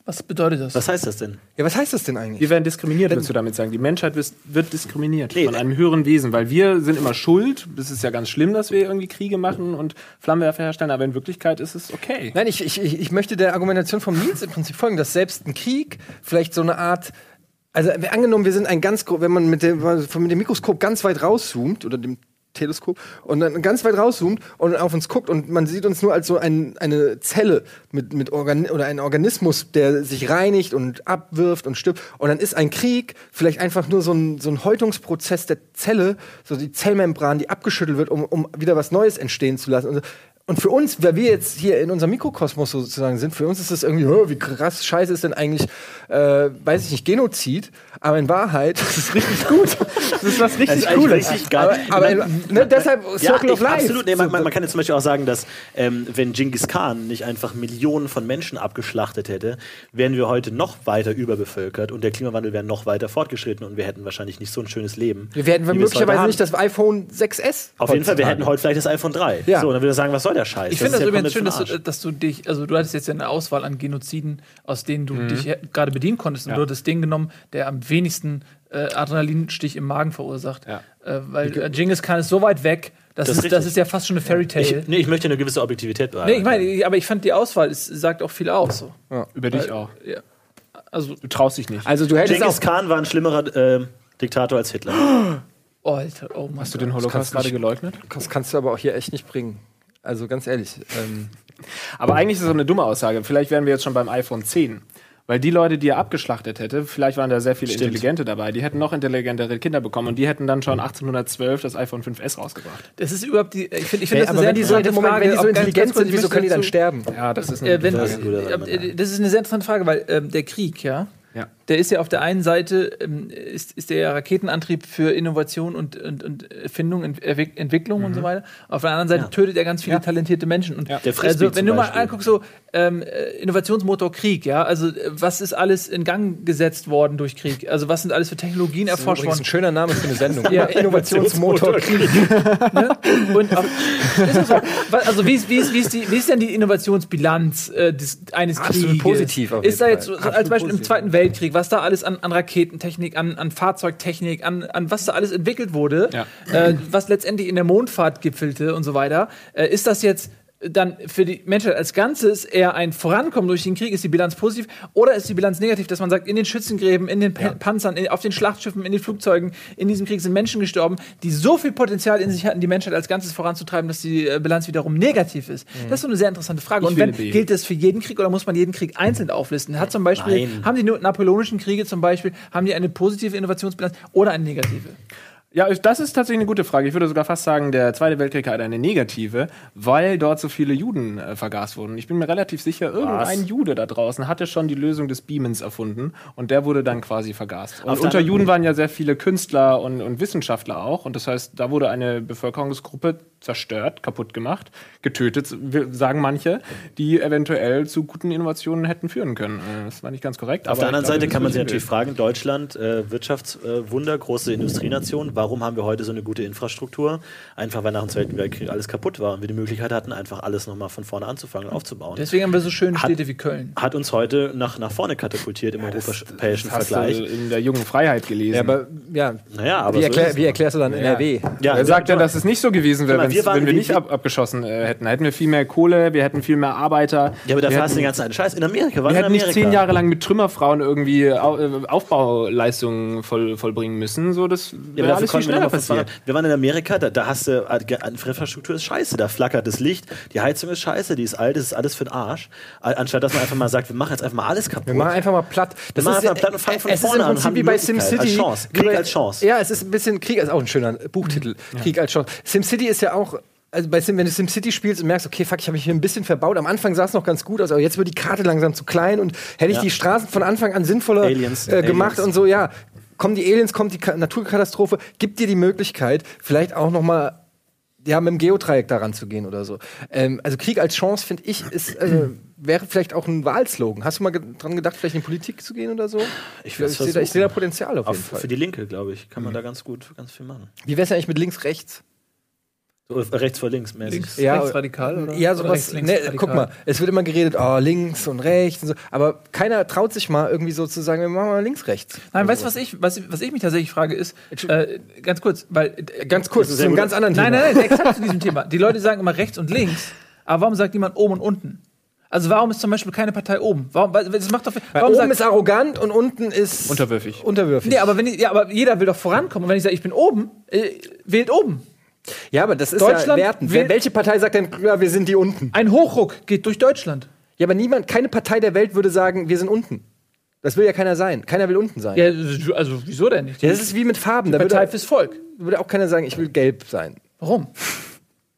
Was bedeutet das?
Was heißt das denn?
ja, was heißt das denn eigentlich?
Wir werden diskriminiert, willst du damit sagen. Die Menschheit wis- wird diskriminiert
Nee.
äh,
von einem höheren Wesen, weil wir sind immer schuld. Das ist ja ganz schlimm, dass wir irgendwie Kriege machen und Flammenwerfer herstellen, aber in Wirklichkeit ist es okay.
Nein, ich, ich, ich ich möchte der Argumentation von Nils im Prinzip folgen, dass selbst ein Krieg vielleicht so eine Art also äh, angenommen, wir sind ein ganz gro- wenn man mit dem, wenn man mit dem Mikroskop ganz weit rauszoomt oder dem Teleskop und dann ganz weit rauszoomt und auf uns guckt und man sieht uns nur als so ein, eine Zelle mit, mit Organ oder ein Organismus, der sich reinigt und abwirft und stirbt. Und dann ist ein Krieg vielleicht einfach nur so ein, so ein Häutungsprozess der Zelle, so die Zellmembran, die abgeschüttelt wird, um, um wieder was Neues entstehen zu lassen. Und, so. Und für uns, weil wir jetzt hier in unserem Mikrokosmos sozusagen sind, für uns ist das irgendwie, "Hö, wie krass scheiße ist denn eigentlich, äh, weiß ich nicht, Genozid. Aber in Wahrheit, das ist richtig gut. Das ist was
Das ist
richtig
eigentlich
Cooles.
richtig geil.
Aber, aber
Man-
in, ne, deshalb Circle
ich-
of Life.
Absolut. Nee, man, man, man kann jetzt zum Beispiel auch sagen, dass ähm, wenn Genghis Khan nicht einfach Millionen von Menschen abgeschlachtet hätte, wären wir heute noch weiter überbevölkert und der Klimawandel wäre noch weiter fortgeschritten und wir hätten wahrscheinlich nicht so ein schönes Leben.
wir werden
wie es heute
möglicherweise
haben.
nicht das iPhone 6S.
Auf jeden Fall, wir
heutzutage.
hätten heute vielleicht das iPhone 3.
Ja.
So, dann würde ich sagen, was soll der Scheiß?
Ich finde
ist
das
ja komplett
übrigens schön, dass
für den
du,
Arsch.
dass du dich, also du hattest jetzt ja eine Auswahl an Genoziden, aus denen du dich ja gerade bedienen konntest. Und du hattest den genommen, der am wenigsten äh, Adrenalinstich im Magen verursacht.
Ja.
Äh, weil äh, Genghis Khan ist so weit weg, das,
Das ist
ist, das
richtig.
ist ja fast schon eine Fairy Tale.
ich, nee, ich möchte eine gewisse Objektivität behalten.
äh, nee, ich meine, ich- aber ich fand die Auswahl, es sagt auch viel aus. So.
Über dich auch.
Also,
Du traust dich nicht.
Also du hättest
Genghis
auch
Khan war ein schlimmerer ähm, Diktator als Hitler.
oh, Alter, oh Mann.
Hast du den Holocaust gerade geleugnet?
Das kannst du aber auch hier echt nicht bringen. Also ganz ehrlich. Ähm,
Aber eigentlich ist es so eine dumme Aussage. Vielleicht wären wir jetzt schon beim iPhone 10. Weil die Leute, die er abgeschlachtet hätte, vielleicht waren da sehr viele
Stimmt.
Intelligente dabei, die hätten noch intelligentere Kinder bekommen und die hätten dann schon 1812 das iPhone 5S rausgebracht.
Das ist überhaupt die, ich finde ich find
ey,
das eine sehr interessante Frage.
wenn die so
ob ganz-
intelligent
ganz kurz,
sind,
ich
wieso
möchte
können die dann
dazu-
sterben?
Ja, das ist
Hm,
Äh, wenn,
Frage. Gute Frage.
äh, das ist eine sehr interessante Frage, weil ähm, der Krieg, ja,
Ja.
der ist ja auf der einen Seite, ähm, ist, ist der Raketenantrieb für Innovation und, und, und Erfindung, Ent- Erwick- Entwicklung und so
Mhm.
weiter. Auf der anderen Seite tötet er ganz viele talentierte Menschen. Und
Der Frisbee
also,
zum
wenn du mal
Beispiel.
anguckst, so ähm, äh, Innovationsmotor Krieg, ja, also äh, was ist alles in Gang gesetzt worden durch Krieg? Also was sind alles für Technologien
Das
erforscht
ist
worden?
ein schöner Name für eine Sendung.
Ja,
Innovationsmotor.
Und auf, ist das so, Wa- also wie ist, wie, ist, wie, ist die, wie ist denn die Innovationsbilanz äh, des, eines
Absolut
Krieges?
positiv auf jeden
ist da jetzt so,
Fall.
so als
Absolut
Beispiel im
positiv.
Zweiten Weltkrieg, was da alles an, an Raketentechnik, an, an Fahrzeugtechnik, an, an was da alles entwickelt wurde,
Ja.
äh, was letztendlich in der Mondfahrt gipfelte und so weiter, äh, ist das jetzt dann für die Menschheit als Ganzes eher ein Vorankommen durch den Krieg? Ist die Bilanz positiv oder ist die Bilanz negativ, dass man sagt, in den Schützengräben, in den Pe- Panzern, in, auf den Schlachtschiffen, in den Flugzeugen, in diesem Krieg sind Menschen gestorben, die so viel Potenzial in sich hatten, die Menschheit als Ganzes voranzutreiben, dass die äh, Bilanz wiederum negativ ist? Das ist so eine sehr interessante Frage.
Mhm. Ich
Und wenn,
wähle B.
gilt das für jeden Krieg oder muss man jeden Krieg einzeln auflisten? Hat zum Beispiel,
Nein.
haben die napoleonischen Kriege zum Beispiel, haben die eine positive Innovationsbilanz oder eine negative?
Ja, das ist tatsächlich eine gute Frage. Ich würde sogar fast sagen, der Zweite Weltkrieg hat eine negative, weil dort so viele Juden äh, vergast wurden. Ich bin mir relativ sicher, irgendein Jude da draußen hatte schon die Lösung des Beamens erfunden und der wurde dann quasi vergast. Und
Auf der
unter
anderen-
Juden waren ja sehr viele Künstler und, und Wissenschaftler auch. Und das heißt, da wurde eine Bevölkerungsgruppe zerstört, kaputt gemacht, getötet, w- sagen manche, die eventuell zu guten Innovationen hätten führen können. Äh, Das war nicht ganz korrekt.
Auf der anderen Seite kann man sich
sich
natürlich fragen, Deutschland, äh, Wirtschaftswunder, große Industrienation, warum haben wir heute so eine gute Infrastruktur? Einfach weil nach dem Zweiten Weltkrieg alles kaputt war und wir die Möglichkeit hatten, einfach alles nochmal von vorne anzufangen und aufzubauen.
Deswegen haben wir so schöne
Hat-
Städte wie Köln.
hat uns heute nach, nach vorne katapultiert im europäischen
Hast du
Vergleich.
in der jungen Freiheit gelesen.
Ja, aber ja.
Naja, aber
wie,
so
erklär,
ist es.
wie erklärst du dann NRW?
Ja,
er sagt ja, dass es nicht so gewesen wäre,
Guck mal, wir
wenn's-
waren
wenn wir
wie-
nicht ab, abgeschossen äh, hätten. Da hätten wir viel mehr Kohle, wir hätten viel mehr Arbeiter.
Ja, aber dafür hast
wir
du
hätten,
den ganzen alten Scheiß. In Amerika, war
wir
in
hätten
Amerika.
nicht zehn Jahre lang mit Trümmerfrauen irgendwie au, äh, Aufbauleistungen voll, vollbringen müssen. So, das
Ja,
wäre
aber dafür
alles viel
konnten wir
schneller
nochmal von
passiert.
vorne- Wir waren in Amerika, da, da hast du, äh, an Infrastruktur ist scheiße, da flackert das Licht, die Heizung ist scheiße, die ist alt, das ist alles für den Arsch. An- Anstatt, dass man einfach mal sagt, wir machen jetzt einfach mal alles kaputt.
Wir machen einfach mal platt. Das
machen
ja-
einfach platt und fangen von
es
vorne
ist
an
im
und
Prinzip
haben
wie
die
bei
Möglichkeit als
SimCity.
Chance.
Wie bei-
Krieg als Chance.
Ja, es ist ein bisschen Krieg, ist auch ein schöner Buchtitel. Krieg als Chance. SimCity ist ja auch. Also bei Sim, wenn du SimCity spielst und merkst, okay, fuck, ich habe mich hier ein bisschen verbaut. Am Anfang sah es noch ganz gut aus, aber jetzt wird die Karte langsam zu klein und hätte ich
Ja.
die Straßen von Anfang an sinnvoller
Aliens.
Äh, gemacht
Aliens.
und so, ja. Kommen die Aliens, kommt die Ka Naturkatastrophe, gibt dir die Möglichkeit, vielleicht auch noch mal ja, mit dem Geodreieck daran zu gehen oder so. Ähm, also Krieg als Chance, finde ich, ist, äh, wäre vielleicht auch ein Wahlslogan. Hast du mal ge dran gedacht, vielleicht in die Politik zu gehen oder so?
Ich
ich
will's
sehe da, ich seh da Potenzial auf jeden
Auf, für
Fall.
die Linke, glaube ich, kann man da ganz gut ganz viel machen.
Wie wär's denn eigentlich mit links, rechts?
So, äh, rechts vor links mäßig.
Links,
Ja,
rechtsradikal oder?
Ja,
oder
sowas.
rechts, links,
nee,
radikal?
guck mal, es wird immer geredet, oh, links und rechts und so. Aber keiner traut sich mal irgendwie so zu sagen, wir machen mal links, rechts.
Nein, weißt du, was ich, was, was ich mich tatsächlich frage, ist, äh, ganz kurz, weil. äh,
Ganz kurz, zu
sehr
einem
gut.
ganz anderen Thema.
Nein, nein, nein, exakt zu diesem Thema. Die Leute sagen immer rechts und links, aber warum sagt niemand oben und unten? Also warum ist zum Beispiel keine Partei oben? Warum, weil- das macht doch,
Weil
warum
oben ist arrogant und unten ist
Unterwürfig.
unterwürfig.
Nee, aber, wenn ich, ja, aber jeder will doch vorankommen. Und wenn ich sage, ich bin oben, äh, wählt oben.
Ja, aber das ist
Deutschland
ja wertend.
will-
Wer- Welche Partei sagt denn, ja, wir sind die unten?
Ein Hochruck geht durch Deutschland.
Ja, aber niemand, keine Partei der Welt würde sagen, wir sind unten. Das will ja keiner sein. Keiner will unten sein.
Ja, also wieso denn nicht?
Ja, das ist wie mit Farben. Da
Partei
würde,
fürs Volk.
würde auch keiner sagen, ich will gelb sein.
Warum?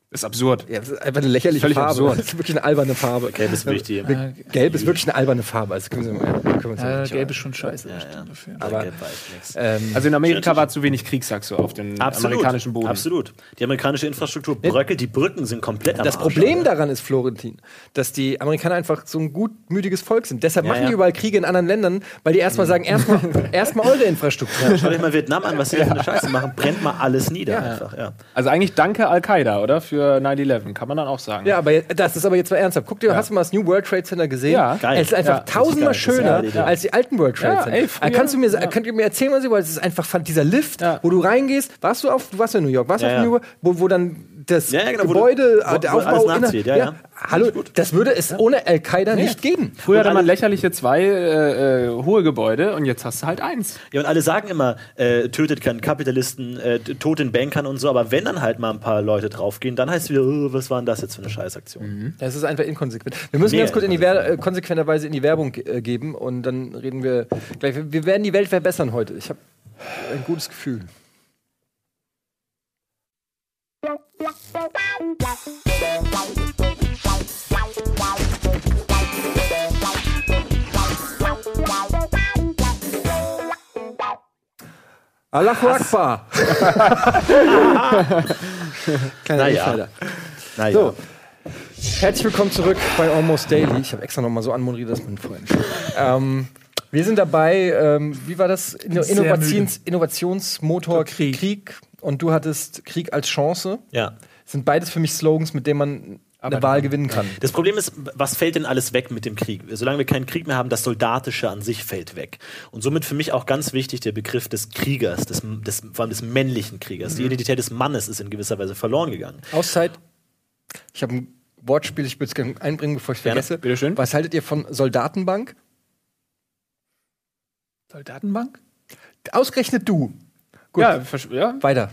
Äh,
Ist absurd.
Ja, das ist einfach eine lächerliche
Völlig
Farbe.
absurd.
Das ist wirklich eine alberne Farbe.
Gelb ist wichtig.
Äh, Gelb ist wirklich eine alberne Farbe. Also können wir uns mal- können wir uns mal
Äh,
nicht
Gelb ist
rein.
schon scheiße. das stimmt dafür.
aber-
Gelb war echt nix.
Ähm,
Also in Amerika war zu wenig Krieg, sagst du, auf dem amerikanischen Boden.
Absolut. Die amerikanische Infrastruktur bröckelt, die Brücken sind komplett am
Das
Arsch,
Problem
Alter.
daran ist, Florentin, dass die Amerikaner einfach so ein gutmütiges Volk sind. Deshalb
Ja,
machen
ja.
die überall Kriege in anderen Ländern, weil die erstmal sagen, erstmal erstmal eure Infrastruktur.
Schau dir mal Vietnam an, was sie da für eine Scheiße machen. Brennt mal alles nieder einfach. Ja.
Also eigentlich danke Al-Qaida, oder? Für 9-11, kann man dann auch sagen.
Ja, aber je- das ist aber jetzt mal ernsthaft. Guck dir, hast du mal das New World Trade Center gesehen?
Ja.
Geil.
Es ist einfach
Ja, das ist
tausendmal
geil. Das ist
schöner
eine geile Idee.
als die alten World Trade
Ja,
Center.
ey, früher-
Äh, kannst du mir, sa-
ja.
könnt ihr mir erzählen, was ihr wollt? Es ist einfach fand dieser Lift,
Ja.
wo du reingehst. Warst du auf, du warst in New York, warst
Ja,
du auf
ja.
New York, wo, wo dann das
Ja, ja, genau, wo du-
Gebäude,
wo-
äh, der
wo alles
Aufbau
nachzieht, ja, ja.
Hallo, das würde es ohne Al-Qaida nicht geben.
Früher hatte
alle-
man lächerliche zwei äh, äh, hohe Gebäude und jetzt hast du halt eins.
Ja, und alle sagen immer, äh, tötet keinen Kapitalisten, äh, t- tot den Bankern und so, aber wenn dann halt mal ein paar Leute draufgehen, dann heißt es wieder, "Oh, was war denn das jetzt für eine Scheißaktion?
Das ist einfach inkonsequent. Wir müssen
Mega
ganz kurz in die Wer äh, konsequenterweise in die Werbung äh, geben und dann reden wir gleich. Wir- Wir werden die Welt verbessern heute. Ich habe ein gutes Gefühl. Allahu Akbar! Kleiner
Naja.
Insider.
Naja.
So. Herzlich willkommen zurück bei Almost Daily. Ich habe extra nochmal so anmoderiert, dass man vorhin. ähm, wir sind dabei, ähm, wie war das? Inno
Sehr
Innovations Innovationsmotor Krieg.
Krieg.
Und du hattest Krieg als Chance.
Ja.
Sind beides für mich Slogans, mit denen man eine Wahl gewinnen kann.
Das Problem ist, was fällt denn alles weg mit dem Krieg? Solange wir keinen Krieg mehr haben, das Soldatische an sich fällt weg. Und somit für mich auch ganz wichtig der Begriff des Kriegers, des, des, vor allem des männlichen Kriegers. Die Identität des Mannes ist in gewisser Weise verloren gegangen.
Auszeit. Ich habe ein Wortspiel, ich würde es gerne einbringen, bevor ich
Gerne.
vergesse.
Bitteschön.
Was haltet ihr von Soldatenbank?
Soldatenbank?
Ausgerechnet du. Gut,
Ja, versch- ja.
weiter.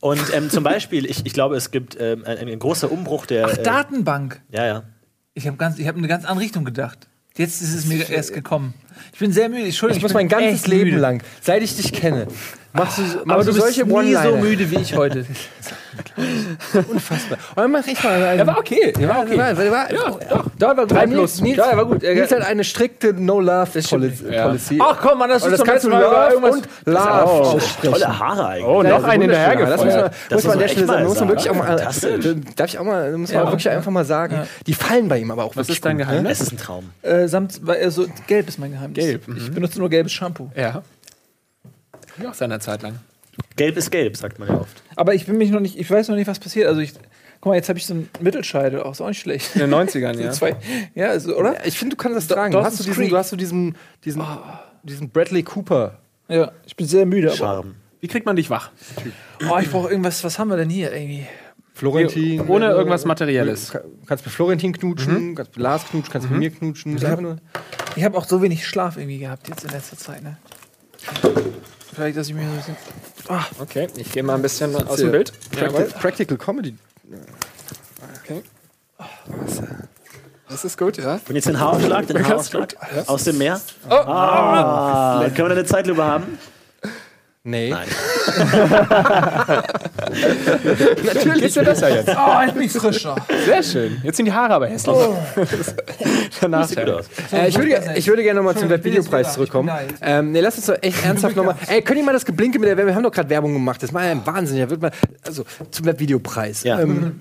Und ähm, zum Beispiel, ich, ich glaube, es gibt ähm, ein, ein großer Umbruch der.
Ach, Datenbank.
Äh, ja, ja.
Ich habe ganz, ich hab in eine ganz andere Richtung gedacht. Jetzt ist es mir erst gekommen. Ich bin sehr müde. Entschuldigung,
Ich muss
bin
mein ganzes
echt
Leben
müde.
lang, seit ich dich kenne, machst du, machst
Aber du bist
solche
nie so
One-Liner.
müde wie ich heute.
Und dann mach ich mal einen.
war okay. Der war okay.
War, war, war,
doch.
Da war
Drei
gut.
plus.
Nils,
Ja,
ja,
der
war
war
gut.
gut. Er-
Nils hat eine strikte No-Love-Policy.
Ja.
Ach komm, Mann, das
und das
ist zum
kannst du
letzten Mal
Love
über irgendwas.
und Love aussprechen.
Tolle Haare eigentlich.
Oh, noch einen
Das muss man,
hinterhergefeuert.
muss man an der
echt
Stelle
mal
sagen. Muss man
sagen.
wirklich auch mal,
Fantastisch.
darf ich auch mal, muss man auch wirklich einfach mal sagen, die fallen bei ihm aber auch
Was
wirklich
ist dein
gut, ne?
Geheimnis?
Es ist ein Traum.
Äh, samt, weil, also, gelb ist mein Geheimnis.
Gelb, mhm.
Ich benutze nur gelbes Shampoo.
Ja. Ja, auch seiner Zeit lang.
Gelb ist gelb, sagt man ja oft.
Aber ich bin mich noch nicht, ich weiß noch nicht, was passiert. Also ich, guck mal, jetzt habe ich so einen Mittelscheitel, auch ist auch nicht schlecht.
In den 90ern, ja.
Zwei, ja, also, oder?
Ja, Ich finde, du kannst das
Do-
tragen. Du hast,
Dawson's
du diesen,
Creek.
du hast so diesen, diesen, diesen Bradley Cooper.
Ja, ich bin sehr müde. Aber,
Charme.
Wie kriegt man dich wach?
oh, ich brauche irgendwas, was haben wir denn hier irgendwie?
Florentin.
Hier, ohne
wenn du-
irgendwas Materielles.
Du kannst mit Florentin knutschen, kannst mit Lars knutschen, kannst mit mir knutschen. Ist einfach nur-
Ich habe auch so wenig Schlaf irgendwie gehabt jetzt in letzter Zeit, ne? Vielleicht, dass ich mir so ein bisschen...
Okay, ich gehe mal ein bisschen aus
dem
dem
Bild.
Bild.
Practical, Practical Comedy.
Okay. Das ist gut, ja.
Und jetzt den Haaraufschlag, den Haaraufschlag aus dem Meer. Ah, können wir da eine Zeitlupe haben?
Nee.
Nein.
Natürlich. Geht's dir besser jetzt?
Oh, ich bin frischer.
Sehr schön. Jetzt sind die Haare aber hässlich. Danach.
Sieht gut aus.
Äh, ich würde, ge- ich würde gerne nochmal zum
Entschuldigung, ich bin
Webvideopreis
jetzt wieder-
zurückkommen.
ich bin
Ähm, nee, lass uns doch echt ernsthaft nochmal. Ey, könnt ihr mal das Geblinke mit der Werbung? Wir haben doch gerade Werbung gemacht. Das war ja ein Wahnsinn. Da wird man, also zum Webvideopreis.
Ja.
Ähm,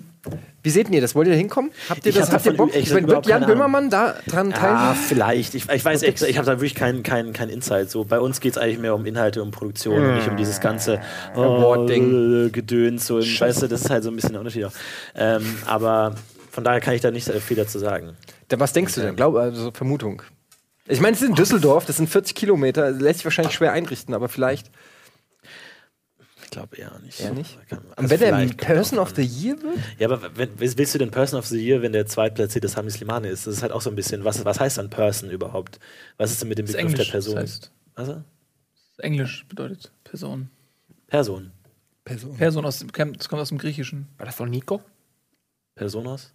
wie seht ihr das? Wollt ihr da hinkommen? Habt ihr
Ich
das?
hab
habt ihr
davon
Bock?
ehrlich
Ich meine,
gesagt
wird Jan
überhaupt keine
Böhmermann da dran
Ah,
teilnehmen?
vielleicht. Ich, ich weiß ehrlich gesagt, ich habe da wirklich keinen keinen keinen Insight. So, bei uns geht es eigentlich mehr um Inhalte, um Produktion und nicht um dieses
Ah,
ganze
Award-Ding.
äh, Gedöns. So, im- weißt du, das ist halt so ein bisschen der Unterschied. auch. Ähm, aber von daher kann ich da nicht äh, viel dazu sagen.
Da, was denkst du denn? Glaub, also Vermutung. Ich meine, es ist in Düsseldorf, das sind 40 Kilometer, also lässt sich wahrscheinlich schwer einrichten, aber vielleicht.
Ich glaube eher nicht.
Eher nicht?
Kann-
Und
also
wenn er
vielleicht kommt
Person
auch-
of the Year wird?
Ja, aber wenn, willst du denn Person of the Year, wenn der zweitplatzierte Sami Slimane ist? Das ist halt auch so ein bisschen, was, was heißt dann Person überhaupt? Was ist denn mit dem Begriff
Englisch,
der Person?
das heißt.
also?
Englisch bedeutet Person.
Person.
Person.
Person aus dem, das kommt aus dem Griechischen.
War das von Nico?
Personas?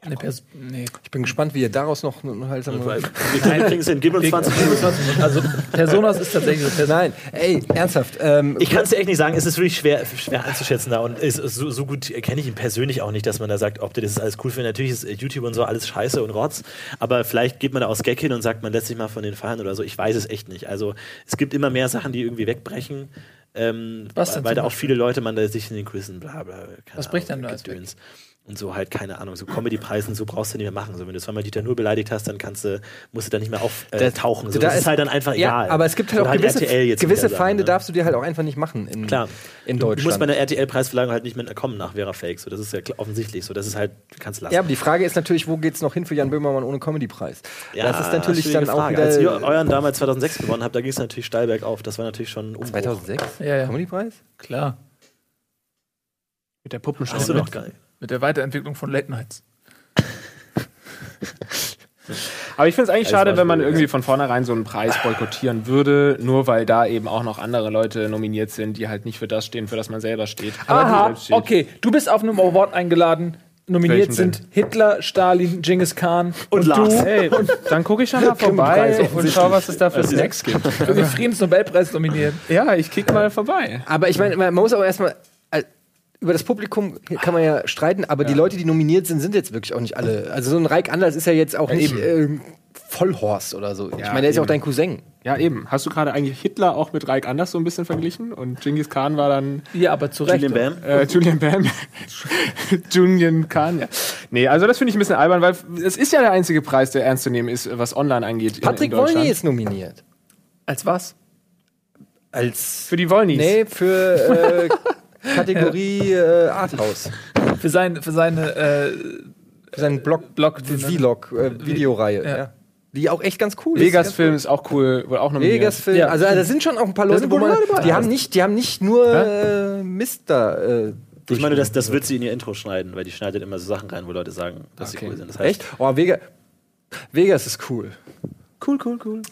Eine Pers nee.
Ich bin gespannt, wie ihr daraus noch einen unterhaltsamen.
Wir können übrigens in gib uns 20 Minuten.
Also Personas ist tatsächlich so.
Nein, ey, ernsthaft. Ähm,
Ich kann es dir echt nicht sagen, es ist wirklich schwer, schwer einzuschätzen da und ist, so, so gut kenne ich ihn persönlich auch nicht, dass man da sagt, ob der das alles cool findet. Natürlich ist äh, YouTube und so alles scheiße und Rotz, aber vielleicht geht man da aus Gag hin und sagt, man lässt sich mal von den Fallen oder so. Ich weiß es echt nicht. Also es gibt immer mehr Sachen, die irgendwie wegbrechen. Ähm,
Was denn
weil da
zum
auch viele Leute man da sich in den Kulissen bla bla. keine
Was bricht
Ahnung,
denn da alles
Gedöns. Und so halt, keine Ahnung, so Comedy-Preisen, so brauchst du nicht mehr machen. So, wenn du zweimal Dieter nur beleidigt hast, dann kannst du, musst du da nicht mehr auftauchen. Äh, tauchen. so,
da
das ist halt dann einfach
ja,
egal.
Aber es gibt halt
Oder
auch gewisse,
RTL jetzt
gewisse
wieder sagen,
Feinde
ne?
darfst du dir halt auch einfach nicht machen in,
Klar.
in
Du musst
Deutschland.
bei einer RTL-Preisverleihung halt nicht mehr kommen nach Vera Fake. So, das ist ja klar- offensichtlich so. Das ist halt, du kannst lassen.
ja, aber die Frage ist natürlich, wo geht's noch hin für Jan Böhmermann ohne Comedy-Preis?
Ja,
das ist natürlich
schwierige
dann auch
Frage. Als ihr
wieder. äh,
euren damals 2006 gewonnen habt, da ging es natürlich steil bergauf. Das war natürlich schon ein Umbruch.
2006?
Ja, ja.
Comedy-Preis?
Klar. Also
Mit der Puppenschau.
Hast du noch geil.
Mit der Weiterentwicklung von Late Nights.
Aber ich finde es eigentlich schade,
war
wenn man
schwierig,
irgendwie von vornherein so einen Preis boykottieren würde, nur weil da eben auch noch andere Leute nominiert sind, die halt nicht für das stehen, für das man selber steht.
Aha,
Selbst steht.
okay. Du bist auf einem Award eingeladen. Nominiert
Welchen
sind Hitler, Stalin, Genghis Khan und,
Lars.
du.
Hey, dann gucke ich schon mal
Preis
vorbei und
offensichtlich.
schau, was es da für Snacks gibt.
Für den Friedensnobelpreis nominiert.
Ja, ich kick mal vorbei.
Aber ich meine, man muss auch erstmal. äh, Über das Publikum kann man ja streiten, aber die Leute, die nominiert sind, sind jetzt wirklich auch nicht alle. Also so ein Reik Anders ist ja jetzt auch nicht ähm, Vollhorst oder so. ich
Ja,
meine, der ist ja auch dein
eben.
Cousin.
Ja, eben. Hast du gerade eigentlich Hitler auch mit Reik Anders so ein bisschen verglichen? Und Genghis Khan war dann
Ja, aber zu Recht.
Julian Bam.
Äh, Julian Bam. Julian Kahn, ja. Nee, also das finde ich ein bisschen albern, weil es ist ja der einzige Preis, der ernst zu nehmen ist, was online angeht. in-
Patrick
in Deutschland.
Wollny ist nominiert.
Als was?
Als.
Für die Wollnys.
Nee, für äh, Kategorie äh, Arthouse.
Für, sein, für seine. Äh,
Für seinen Blog,
Blog-
Vlog, äh, Videoreihe.
Ja.
Ja. Die auch echt ganz cool ist.
Vegas-Film ist auch cool, wurde auch nominiert.
Vegas Film.
Ja.
Also da sind schon auch ein paar
Da
Leute,
sind
wo
gute
man,
Leute bei.
die haben nicht, die haben nicht nur äh, Mister. Äh,
Ich meine, das, das wird sie in ihr Intro schneiden, weil die schneidet immer so Sachen rein, wo Leute sagen, dass
Okay.
sie cool sind. Das heißt,
echt? Oh, Vegas. Vegas ist cool.
Cool, cool, cool.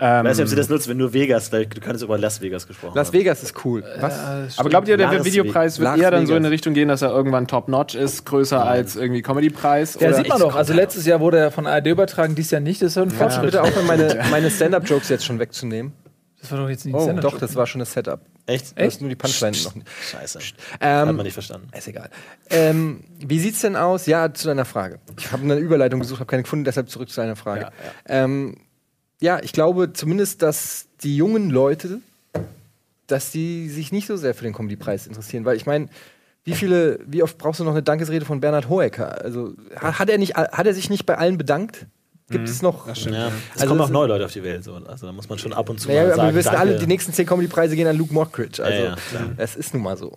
Ähm,
ich weiß nicht, ob sie das nutzt, wenn nur Vegas, weil du kannst über Las Vegas gesprochen
Ähm. Las Vegas ist cool.
äh,
Aber glaubt ihr, der
Lars
Videopreis wird
Lars
eher dann so
Vegas.
in eine Richtung gehen, dass er irgendwann top-notch ist, größer als irgendwie Comedy-Preis?
ja,
oder-
sieht man doch. Also letztes Jahr wurde er von ARD übertragen, dies Jahr nicht. Das ist ja ein
Kannst du
Fortschritt.
bitte aufhören, meine, meine Stand-Up-Jokes jetzt schon wegzunehmen?
Das war doch jetzt nicht
Oh,
Sender-
doch, das war schon das Setup.
haben. Echt?
Du hast nur die Punchline noch nicht.
Scheiße. Hat man
Ähm,
nicht verstanden.
ist egal. Ähm, wie sieht's denn aus? Ja, zu deiner Frage. Ich habe eine Überleitung gesucht, habe keine gefunden, deshalb zurück zu deiner Frage. Ja, Ähm, ja, ich glaube zumindest, dass die jungen Leute, dass die sich nicht so sehr für den Comedy-Preis interessieren, weil ich meine, wie viele, wie oft brauchst du noch eine Dankesrede von Bernhard Hoeker? Also ha- hat er nicht, hat er sich nicht bei allen bedankt? Gibt
Mhm.
es noch?
Ja. Es
Also
kommen auch
es-
neue Leute auf die Welt. So. Also da muss man schon ab und zu
Naja,
mal
aber
sagen,
wir wissen alle,
danke.
die nächsten zehn Comedy-Preise gehen an Luke Mockridge. Also,
Ja, ja, klar.
es ist nun mal so.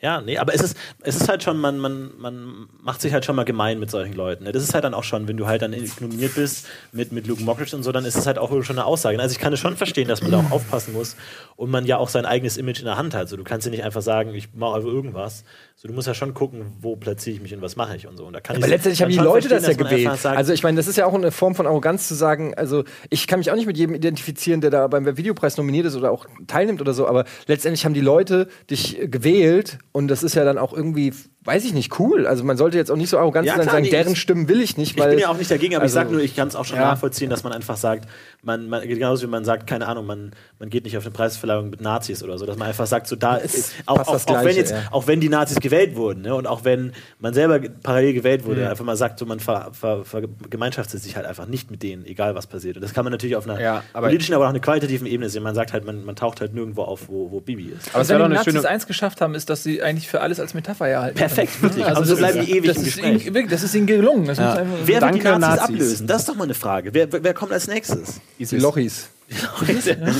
Ja, nee, aber es ist, es ist halt schon, man, man, man macht sich halt schon mal gemein mit solchen Leuten. ne? Das ist halt dann auch schon, wenn du halt dann nominiert bist mit, mit Luke Mockridge und so, dann ist es halt auch schon eine Aussage. Also ich kann es schon verstehen, dass man da auch aufpassen muss und man ja auch sein eigenes Image in der Hand hat. So, du kannst ja nicht einfach sagen, ich mache einfach irgendwas. So, du musst ja schon gucken, wo platziere ich mich und was mache ich und so. Und da kann ich
Aber letztendlich
dann
haben die
schon
Leute das ja
verstehen, dass man
gewählt.
einfach sagt,
also ich meine, das ist ja auch eine Form von Arroganz zu sagen, also ich kann mich auch nicht mit jedem identifizieren, der da beim Webvideopreis nominiert ist oder auch teilnimmt oder so, aber letztendlich haben die Leute dich äh, gewählt und das ist ja dann auch irgendwie, weiß ich nicht, cool. Also man sollte jetzt auch nicht so arrogant
Ja,
sein und
klar,
sagen,
nee,
deren
ich-
Stimmen will ich nicht,
Ich
weil
bin ja auch nicht dagegen, aber
also-
ich sage nur, ich kann es auch schon nachvollziehen, dass man einfach sagt, man, man, genauso wie man sagt, keine Ahnung, man, man geht nicht auf eine Preisverleihung mit Nazis oder so, dass man einfach sagt, so da ist, auch,
passt
auch,
das
auch, wenn
Gleiche,
jetzt,
ja.
auch wenn die Nazis gewählt wurden ne, und auch wenn man selber ge- parallel gewählt wurde, einfach mal sagt, so man ver, ver, vergemeinschaftet sich halt einfach nicht mit denen, egal was passiert. Und das kann man natürlich auf einer
Ja, aber-
politischen, aber auch einer qualitativen Ebene sehen. Man sagt halt, man, man taucht halt nirgendwo auf, wo, wo Bibi ist.
Aber es
Also wenn
wäre
die
doch eine
Nazis
schöne.
eins geschafft haben, ist, dass sie eigentlich für alles als Metapher erhalten.
Perfekt, wirklich.
Also
aber so bleiben die ewig
das
im
ist,
Gespräch.
ihnen, wirklich, das ist ihnen gelungen. Das muss einfach,
Wer wird die Nazis,
Danke, Nazis.
ablösen? Das ist doch mal eine Frage. Wer, wer kommt als nächstes?
die Lochis.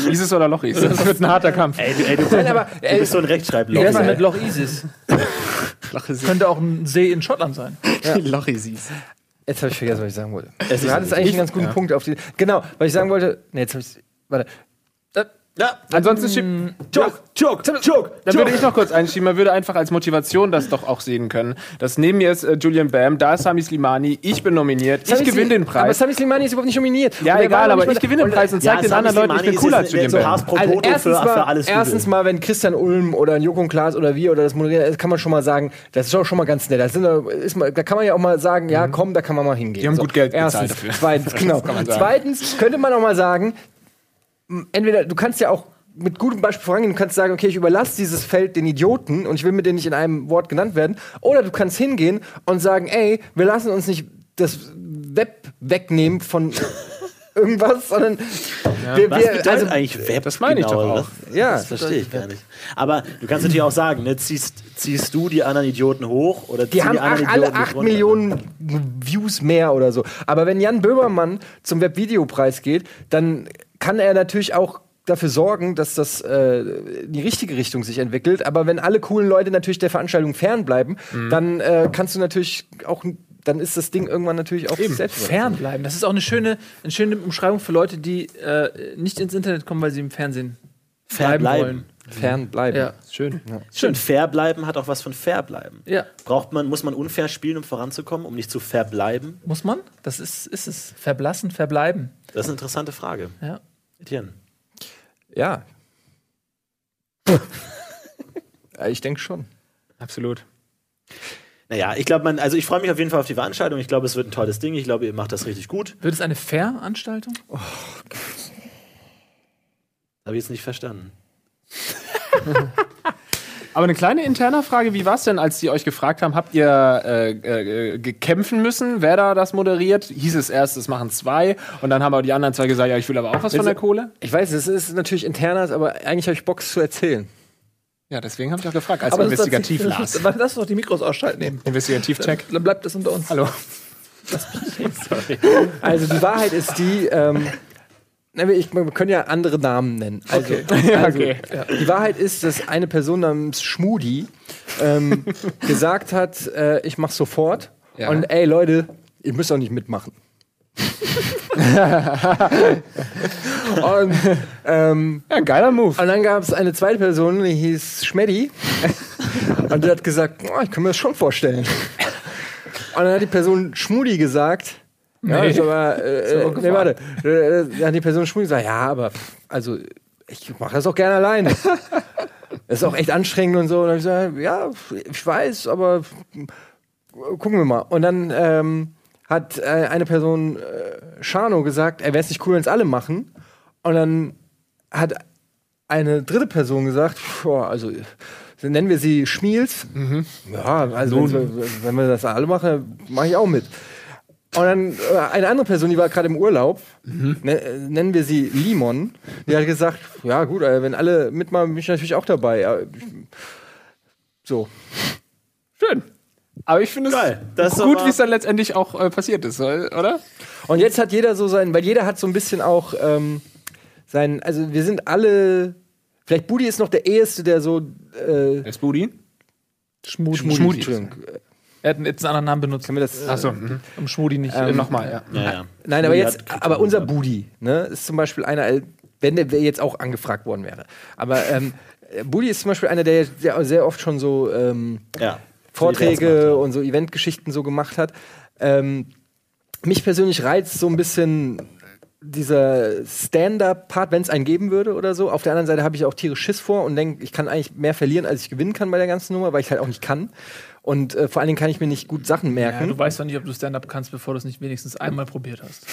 Isis oder Lochis? Das wird ein harter Kampf.
Ey, du, ey, du, du bist so ein
Wie wär's
Rechtschreibloch.
denn mit Loch Isis? Könnte auch ein See in Schottland sein.
Lochisis.
Jetzt habe ich vergessen, was ich sagen wollte.
ist
du hattest eigentlich einen ganz guten Punkt auf die. Genau, weil ich sagen wollte, nee, jetzt habe ich warte. Da-
Ja.
Ansonsten schiebt.
Joke, joke, joke.
Da würde ich noch kurz einschieben. Man würde einfach als Motivation das doch auch sehen können. Das neben mir ist äh, Julian Bam, da ist Sami Slimani, ich bin nominiert, ich gewinne den
Aber
Preis.
Sami Slimani ist überhaupt nicht nominiert.
Ja,
Und er war
egal,
noch nicht
aber
mal
ich
da.
gewinne den
Und,
Preis und
Ja,
zeige den
Sami
anderen Leuten, ich bin
Slimani
cooler als
ist jetzt
Julian
so
Bam.
Hass pro
Also
Toto
erstens,
für, für
mal,
alles
erstens mal, wenn Christian Ulm oder ein Joko und Klaas oder wir oder das moderieren, das kann man schon mal sagen, das ist auch schon mal ganz nett. Das sind, da- ist mal, da kann man ja auch mal sagen, ja
Mhm.
komm, da kann man mal hingehen. Die
haben gut Geld bezahlt
erstens,
dafür.
Zweitens, genau.
kann man sagen.
Zweitens könnte man auch mal sagen, m, entweder du kannst ja auch mit gutem Beispiel vorangehen, du kannst sagen, okay, ich überlasse dieses Feld den Idioten und ich will mit denen nicht in einem Wort genannt werden. Oder du kannst hingehen und sagen, ey, wir lassen uns nicht das Web wegnehmen von irgendwas, sondern wir,
Was
wir,
bedeutet
also
eigentlich Web?
das meine ich doch auch.
Das,
Ja.
das verstehe ich gar nicht. Aber du kannst natürlich auch sagen, ne, ziehst, ziehst du die anderen Idioten hoch oder
Die
ziehen
haben
anderen
ach, alle
Idioten mit
8
runter?
Millionen Views mehr oder so. Aber wenn Jan Böhmermann zum Webvideopreis geht, dann kann er natürlich auch dafür sorgen, dass das äh, in die richtige Richtung sich entwickelt. Aber wenn alle coolen Leute natürlich der Veranstaltung fernbleiben, dann äh, kannst du natürlich auch, dann ist das Ding irgendwann natürlich auch selbst.
Fernbleiben. Das ist auch eine schöne, eine schöne Umschreibung für Leute, die äh, nicht ins Internet kommen, weil sie im Fernsehen
Fair
bleiben
bleiben.
wollen.
Fernbleiben.
Ja.
Schön. Ja.
Schön, fair bleiben hat auch was von fair bleiben.
Ja.
Braucht man, muss man unfair spielen, um voranzukommen, um nicht zu fair bleiben?
Muss man? Das ist, ist es. Verblassen, verbleiben.
Das ist eine interessante Frage.
Ja.
Etienne.
ja. Ja, ich denke schon.
Absolut.
Naja, ich glaube, man, also ich freue mich auf jeden Fall auf die Veranstaltung. Ich glaube, es wird ein tolles Ding. Ich glaube, ihr macht das richtig gut.
Wird es eine Veranstaltung?
Habe ich jetzt nicht verstanden.
Aber eine kleine interne Frage, wie war es denn, als die euch gefragt haben, habt ihr äh, äh, äh, gekämpfen müssen, wer da das moderiert? Hieß es erst, es machen zwei und dann haben aber die anderen zwei gesagt, ja, ich will aber auch was von der Kohle.
Ich weiß, es ist natürlich internas, aber eigentlich habe ich Bock es zu erzählen.
Ja, deswegen habe ich auch gefragt, als
Aber das ist
investigativ
tatsächlich-
las.
Aber Lass doch die Mikros ausschalten eben.
Investigativ-Check.
Dann bleibt das unter uns.
Hallo.
Also die Wahrheit ist die, ähm, na, wir- ich, wir können ja andere Namen nennen. Also,
Ja,
also
okay.
die Wahrheit ist, dass eine Person namens Schmudi ähm, gesagt hat, äh, ich mach sofort.
Ja.
Und ey Leute, ihr müsst auch nicht mitmachen. und, ähm,
Ja, geiler Move.
und dann gab es eine zweite Person, die hieß Schmeddi. und die hat gesagt, "Oh, ich kann mir das schon vorstellen. Und dann hat die Person Schmudi gesagt, ja, ist aber, äh, äh, nee, warte. Äh, Dann hat die Person Schmudi gesagt, ja, aber pff, also ich mache das auch gerne alleine. Das ist auch echt anstrengend und so. Und dann hab ich gesagt, ja, ich weiß, aber äh, gucken wir mal. Und dann ähm, hat äh, eine Person äh, Shano gesagt, wäre es nicht cool, wenn es alle machen. Und dann hat eine dritte Person gesagt, boah, also nennen wir sie Schmiels. Ja, also wenn, wir- wenn wir das alle machen, mache ich auch mit. Und dann äh, eine andere Person, die war gerade im Urlaub, ne, äh, nennen wir sie Limon, die hat gesagt, ja gut, äh, wenn alle mitmachen, bin ich natürlich auch dabei. Ja, ich- So.
Schön. Aber ich finde
Geil. Das
es
ist
gut,
aber-
wie es dann letztendlich auch äh, passiert ist, soll- oder?
Und jetzt hat jeder so sein, weil jeder hat so ein bisschen auch ähm, sein, also wir sind alle, vielleicht Budi ist noch der eheste, der so äh,
Das Budi.
Schmudi.
Schmudi, Entschuldigung.
Er hat jetzt einen anderen Namen benutzt.
Können wir das?
Achso,
Um Schmudi nicht.
ähm, nochmal, ja.
Ja, ja.
Nein, aber
Die
jetzt,
hat-
aber unser Budi, ne, ist zum Beispiel einer, wenn der jetzt auch angefragt worden wäre. Aber ähm, Budi ist zum Beispiel einer, der, der sehr oft schon so ähm,
ja.
Vorträge und so Eventgeschichten so gemacht hat. Ähm, mich persönlich reizt so ein bisschen dieser Stand-up-Part, wenn es einen geben würde oder so. Auf der anderen Seite habe ich auch tierisch Schiss vor und denke, ich kann eigentlich mehr verlieren, als ich gewinnen kann bei der ganzen Nummer, weil ich halt auch nicht kann. Und äh, vor allen Dingen kann ich mir nicht gut Sachen
ja,
merken.
du weißt doch nicht, ob du Stand-up kannst, bevor du es nicht wenigstens einmal probiert hast.